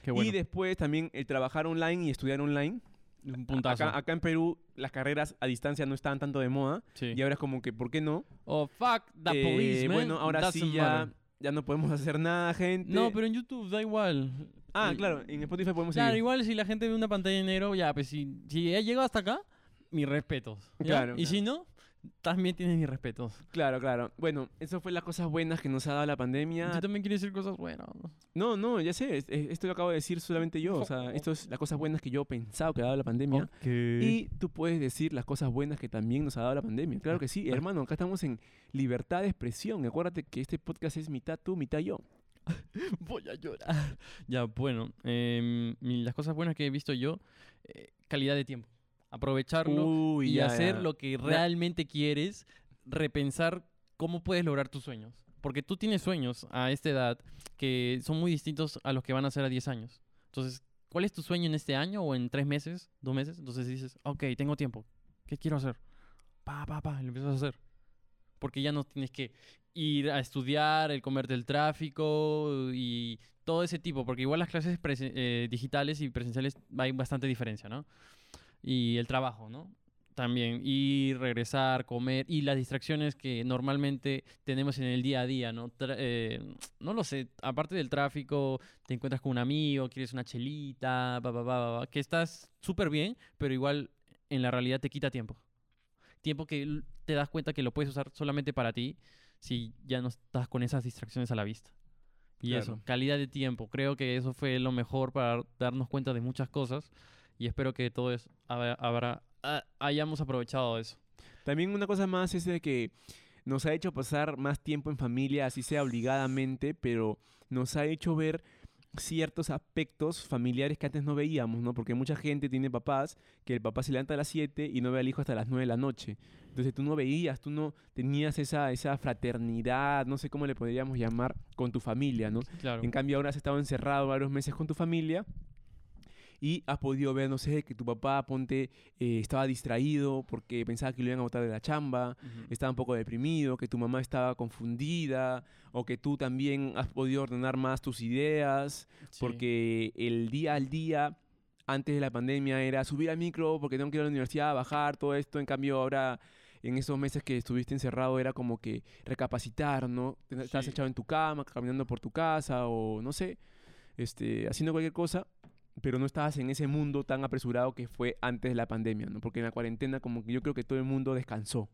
S2: Qué bueno.
S1: Y después también el trabajar online y estudiar online.
S2: Un puntazo.
S1: Acá, acá en Perú las carreras a distancia no estaban tanto de moda.
S2: sí.
S1: Y ahora es como que, ¿por qué no?
S2: Oh, fuck the
S1: Eh,
S2: police, man.
S1: Bueno, ahora sí
S2: Doesn't
S1: ya,
S2: matter.
S1: ya no podemos hacer nada, gente.
S2: No, pero en YouTube da igual.
S1: Ah,
S2: Eh,
S1: claro, en Spotify podemos
S2: Claro,
S1: seguir.
S2: igual si la gente ve una pantalla de negro, ya, pues si, si ha llegado hasta acá, mis respetos. ¿ya?
S1: Claro,
S2: y si no, también tienes mis respetos.
S1: Claro, claro. Bueno, eso fue las cosas buenas que nos ha dado la
S2: Yo
S1: pandemia.
S2: también quiero decir cosas buenas.
S1: No, no, ya sé, es- es- esto lo acabo de decir solamente yo. O sea, esto es las cosas buenas que yo he pensado que ha dado la pandemia.
S2: Y
S1: Y tú puedes decir las cosas buenas que también nos ha dado la pandemia. Claro que sí, hermano, acá estamos en libertad de expresión. Acuérdate que este podcast es mitad tú, mitad yo.
S2: [laughs] voy a llorar. [laughs] ya, bueno, em, mi- las cosas buenas que he visto yo, eh, calidad de tiempo. Aprovecharlo
S1: Uy,
S2: y
S1: ya,
S2: hacer
S1: ya.
S2: lo que realmente quieres, repensar cómo puedes lograr tus sueños. Porque tú tienes sueños a esta edad que son muy distintos a los que van a ser a 10 años. Entonces, ¿cuál es tu sueño en este año o en tres meses, dos meses? Entonces dices, ok, tengo tiempo, ¿qué quiero hacer? Pa, pa, pa, y lo empiezas a hacer. Porque ya no tienes que ir a estudiar, el comerte el tráfico y todo ese tipo. Porque igual las clases presen- eh, digitales y presenciales hay bastante diferencia, ¿no? Y el trabajo, ¿no? También ir, regresar, comer y las distracciones que normalmente tenemos en el día a día, ¿no? Tra- eh, no lo sé, aparte del tráfico, te encuentras con un amigo, quieres una chelita, ba, ba, ba, ba, ba, que estás súper bien, pero igual en la realidad te quita tiempo. Tiempo que l- te das cuenta que lo puedes usar solamente para ti si ya no estás con esas distracciones a la vista. Y eso,
S1: Claro.
S2: calidad de tiempo. Creo que eso fue lo mejor para darnos cuenta de muchas cosas y espero que todos habrá, habrá- ah, hayamos aprovechado eso.
S1: También una cosa más es de que nos ha hecho pasar más tiempo en familia, así sea obligadamente, pero nos ha hecho ver ciertos aspectos familiares que antes no veíamos, ¿no? Porque mucha gente tiene papás que el papá se levanta a las 7 y no ve al hijo hasta las 9 de la noche. Entonces tú no veías, tú no tenías esa, esa fraternidad, no sé cómo le podríamos llamar, con tu familia, ¿no?
S2: Claro.
S1: En cambio, ahora has estado encerrado varios meses con tu familia y has podido ver, no sé, que tu papá, ponte, eh, estaba distraído porque pensaba que lo iban a botar de la chamba,
S2: Ujú.
S1: estaba un poco deprimido, que tu mamá estaba confundida o que tú también has podido ordenar más tus ideas
S2: Sí.
S1: porque el día al día antes de la pandemia era subir al micro porque tengo que ir a la universidad, bajar, todo esto. En cambio, ahora en esos meses que estuviste encerrado era como que recapacitar, ¿no? Te- Estás
S2: Sí.
S1: echado en tu cama, caminando por tu casa o no sé, este, haciendo cualquier cosa, pero no estabas en ese mundo tan apresurado que fue antes de la pandemia, ¿no? Porque en la cuarentena como que yo creo que todo el mundo descansó.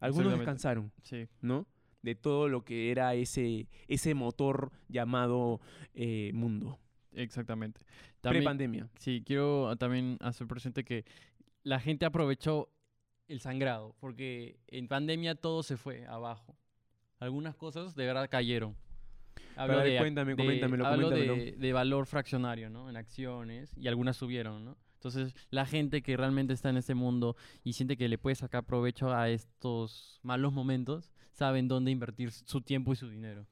S1: Algunos
S2: Absolutamente.
S1: descansaron.
S2: Sí.
S1: ¿no? De todo lo que era ese, ese motor llamado eh, mundo.
S2: Exactamente. También,
S1: Pre-pandemia.
S2: sí, quiero ah, también hacer presente que la gente aprovechó el sangrado, porque en pandemia todo se fue abajo. Algunas cosas de verdad cayeron. Hablo
S1: ver,
S2: de ac-
S1: cuéntame,
S2: de-
S1: coméntamelo,
S2: hablo de-
S1: coméntamelo.
S2: de valor fraccionario, ¿no? En acciones, y algunas subieron, ¿no? Entonces, la gente que realmente está en este mundo y siente que le puede sacar provecho a estos malos momentos, saben dónde invertir su tiempo y su dinero.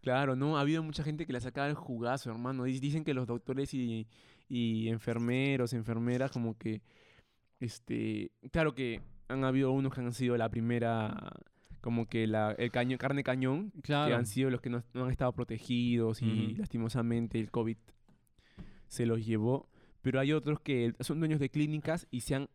S1: Claro, no, ha habido mucha gente que la saca del jugazo, hermano. Dic- Dicen que los doctores y, y enfermeros, enfermeras, como que, este, claro que han habido unos que han sido la primera, como que la, el caño, carne cañón, que
S2: Claro.
S1: han sido los que no, no han estado protegidos y
S2: Ujú.
S1: lastimosamente el COVID se los llevó. Pero hay otros que son dueños de clínicas y se han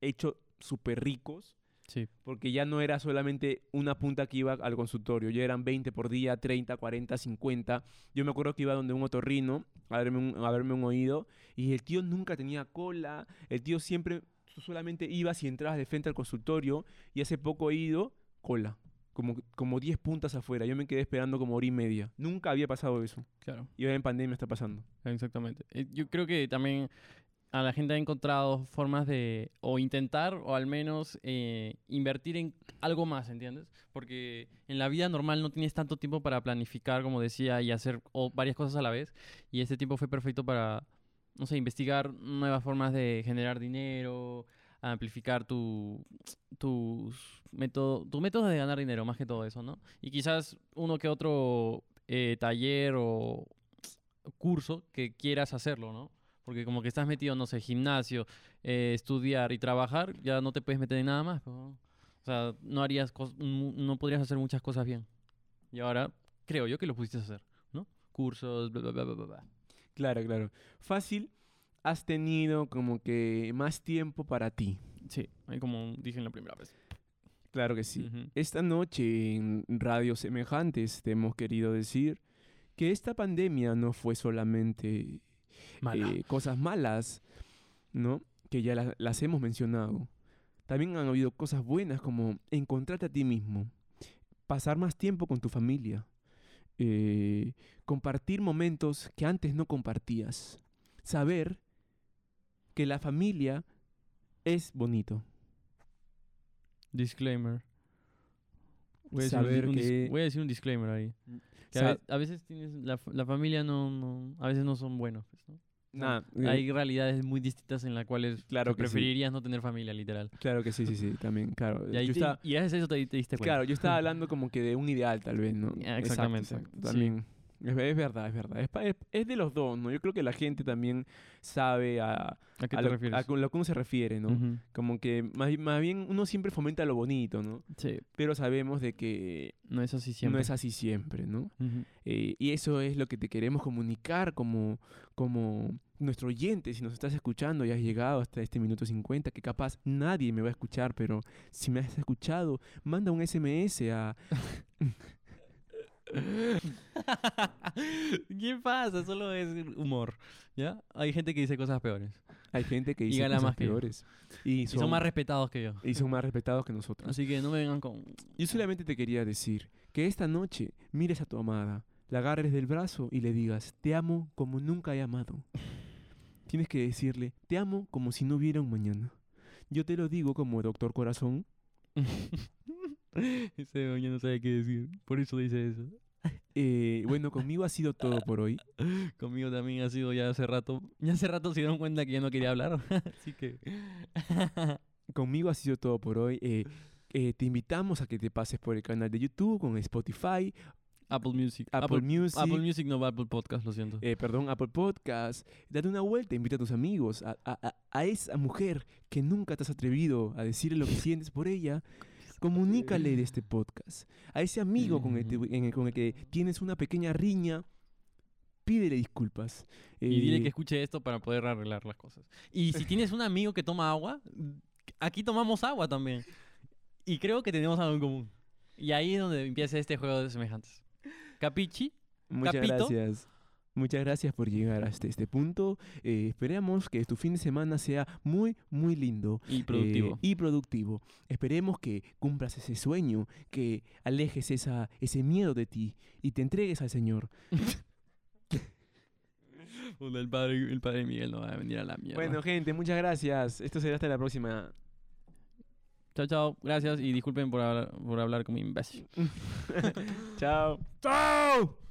S1: hecho súper ricos
S2: Sí.
S1: porque ya no era solamente una punta que iba al consultorio, ya eran 20 por día, 30, 40, 50. Yo me acuerdo que iba donde un otorrino a verme un, a verme un oído y el tío nunca tenía cola, el tío siempre tú solamente ibas y entrabas de frente al consultorio y hace poco he ido cola, como, como 10 puntas afuera, yo me quedé esperando como hora y media, nunca había pasado eso
S2: Claro.
S1: y ahora en pandemia está pasando.
S2: Exactamente. Eh, Yo creo que también a la gente ha encontrado formas de o intentar o al menos eh, invertir en algo más, ¿entiendes? Porque en la vida normal no tienes tanto tiempo para planificar, como decía, y hacer o varias cosas a la vez. Y este tiempo fue perfecto para, no sé, investigar nuevas formas de generar dinero, amplificar tu, tus método- tus métodos de ganar dinero, más que todo eso, ¿no? Y quizás uno que otro eh, taller o, curso que quieras hacerlo, ¿no? Porque como que estás metido, no sé, gimnasio, eh, estudiar y trabajar, ya no te puedes meter en nada más. pues, ¿no? O sea, no harías cos- mu- no podrías hacer muchas cosas bien. Y ahora creo yo que lo pudiste hacer, ¿no? Cursos, bla, bla, bla, bla, bla, bla.
S1: Claro, claro. Fácil, has tenido como que más tiempo para ti.
S2: Sí, ahí como dije en la primera vez.
S1: Claro que sí.
S2: Ujú.
S1: Esta noche en Radios Semejantes te hemos querido decir que esta pandemia no fue solamente
S2: Mala.
S1: eh, cosas malas, ¿no? Que ya la- las hemos mencionado. También han habido cosas buenas como encontrarte a ti mismo, pasar más tiempo con tu familia, eh, compartir momentos que antes no compartías, saber que la familia es bonito.
S2: Disclaimer. Voy a, decir
S1: Saber
S2: un dis-
S1: que-
S2: voy a decir un disclaimer ahí. Que a,
S1: Sa-
S2: ve- a veces tienes la, f- la familia no, no- a veces no son buenos. pues, ¿no?
S1: Nah, eh,
S2: Hay realidades muy distintas en las cuales
S1: Claro
S2: tú
S1: que sí.
S2: preferirías no tener familia, literal.
S1: claro que sí, sí, sí, también, claro.
S2: Y, ahí
S1: Yo
S2: te-
S1: estaba-
S2: y gracias a eso te, te diste cuenta.
S1: Claro, yo estaba hablando como que de un ideal, tal vez, ¿no?
S2: Ah, exactamente, sí.
S1: También. Es, es verdad, es verdad. Es, pa- es- es de los dos, ¿no? Yo creo que la gente también sabe a,
S2: ¿A qué
S1: a
S2: te
S1: lo,
S2: refieres?
S1: a con lo que uno se refiere, ¿no?
S2: Ujú.
S1: Como que más, bi- más bien uno siempre fomenta lo bonito, ¿no?
S2: Sí,
S1: Pero sabemos de que
S2: no es así siempre.
S1: no es así siempre, ¿no? [laughs]
S2: Ujú.
S1: Eh, y eso es lo que te queremos comunicar como, como nuestro oyente. Si nos estás escuchando y has llegado hasta este minuto 50, que capaz nadie me va a escuchar, pero si me has escuchado, manda un SMS a
S2: ¿Qué pasa? Solo es humor. ¿Ya? Hay gente que dice cosas peores.
S1: Hay gente que
S2: Y
S1: dice
S2: gana
S1: cosas
S2: más que yo.
S1: peores. Y
S2: Y son, más respetados que yo.
S1: y son más respetados que nosotros.
S2: Así que no me vengan con. [laughs]
S1: Yo solamente te quería decir que esta noche mires a tu amada, la agarres del brazo y le digas, te amo como nunca he
S2: [laughs]
S1: amado. Tienes que decirle, te amo como si no hubiera un mañana. Yo te lo digo como doctor corazón.
S2: Ese doña no sabe qué decir. Por eso dice eso.
S1: Eh, bueno, conmigo ha sido todo por hoy.
S2: Conmigo también ha sido ya hace rato. Ya hace rato se dieron cuenta que yo no quería hablar. [laughs]
S1: [laughs]
S2: Así que.
S1: Conmigo ha sido todo por hoy. Eh, eh, te invitamos a que te pases por el canal de YouTube, con Spotify,
S2: Apple Music.
S1: Apple, Music.
S2: Apple Music no va Apple Podcast, lo siento.
S1: eh, perdón, Apple Podcast, date una vuelta, invita a tus amigos, a, a- a- a esa mujer que nunca te has atrevido a decirle lo que sientes por ella, comunícale de este podcast. A ese amigo con el, te-
S2: Mm.
S1: en el- con el que tienes una pequeña riña, pídele disculpas.
S2: Y dile
S1: Eh,
S2: que escuche esto para poder arreglar las cosas. Y
S1: [laughs]
S2: si tienes un amigo que toma agua, aquí tomamos agua también. Y creo que tenemos algo en común. Y ahí es donde empieza este juego de semejantes. Capichi,
S1: Eh, Muchas
S2: Capito.
S1: gracias. Muchas gracias por llegar hasta este punto. Eh, esperemos que tu fin de semana sea muy, muy lindo.
S2: y productivo.
S1: eh, y productivo. Esperemos que cumplas ese sueño, que alejes esa, ese miedo de ti y te entregues al Señor.
S2: Puta, el, padre, el padre Miguel no va a venir a la mierda.
S1: Bueno, gente, muchas gracias. Esto será hasta la próxima.
S2: Chao, chao. Gracias y disculpen por hablar, por hablar como imbécil.
S1: Chao. ¡Chao!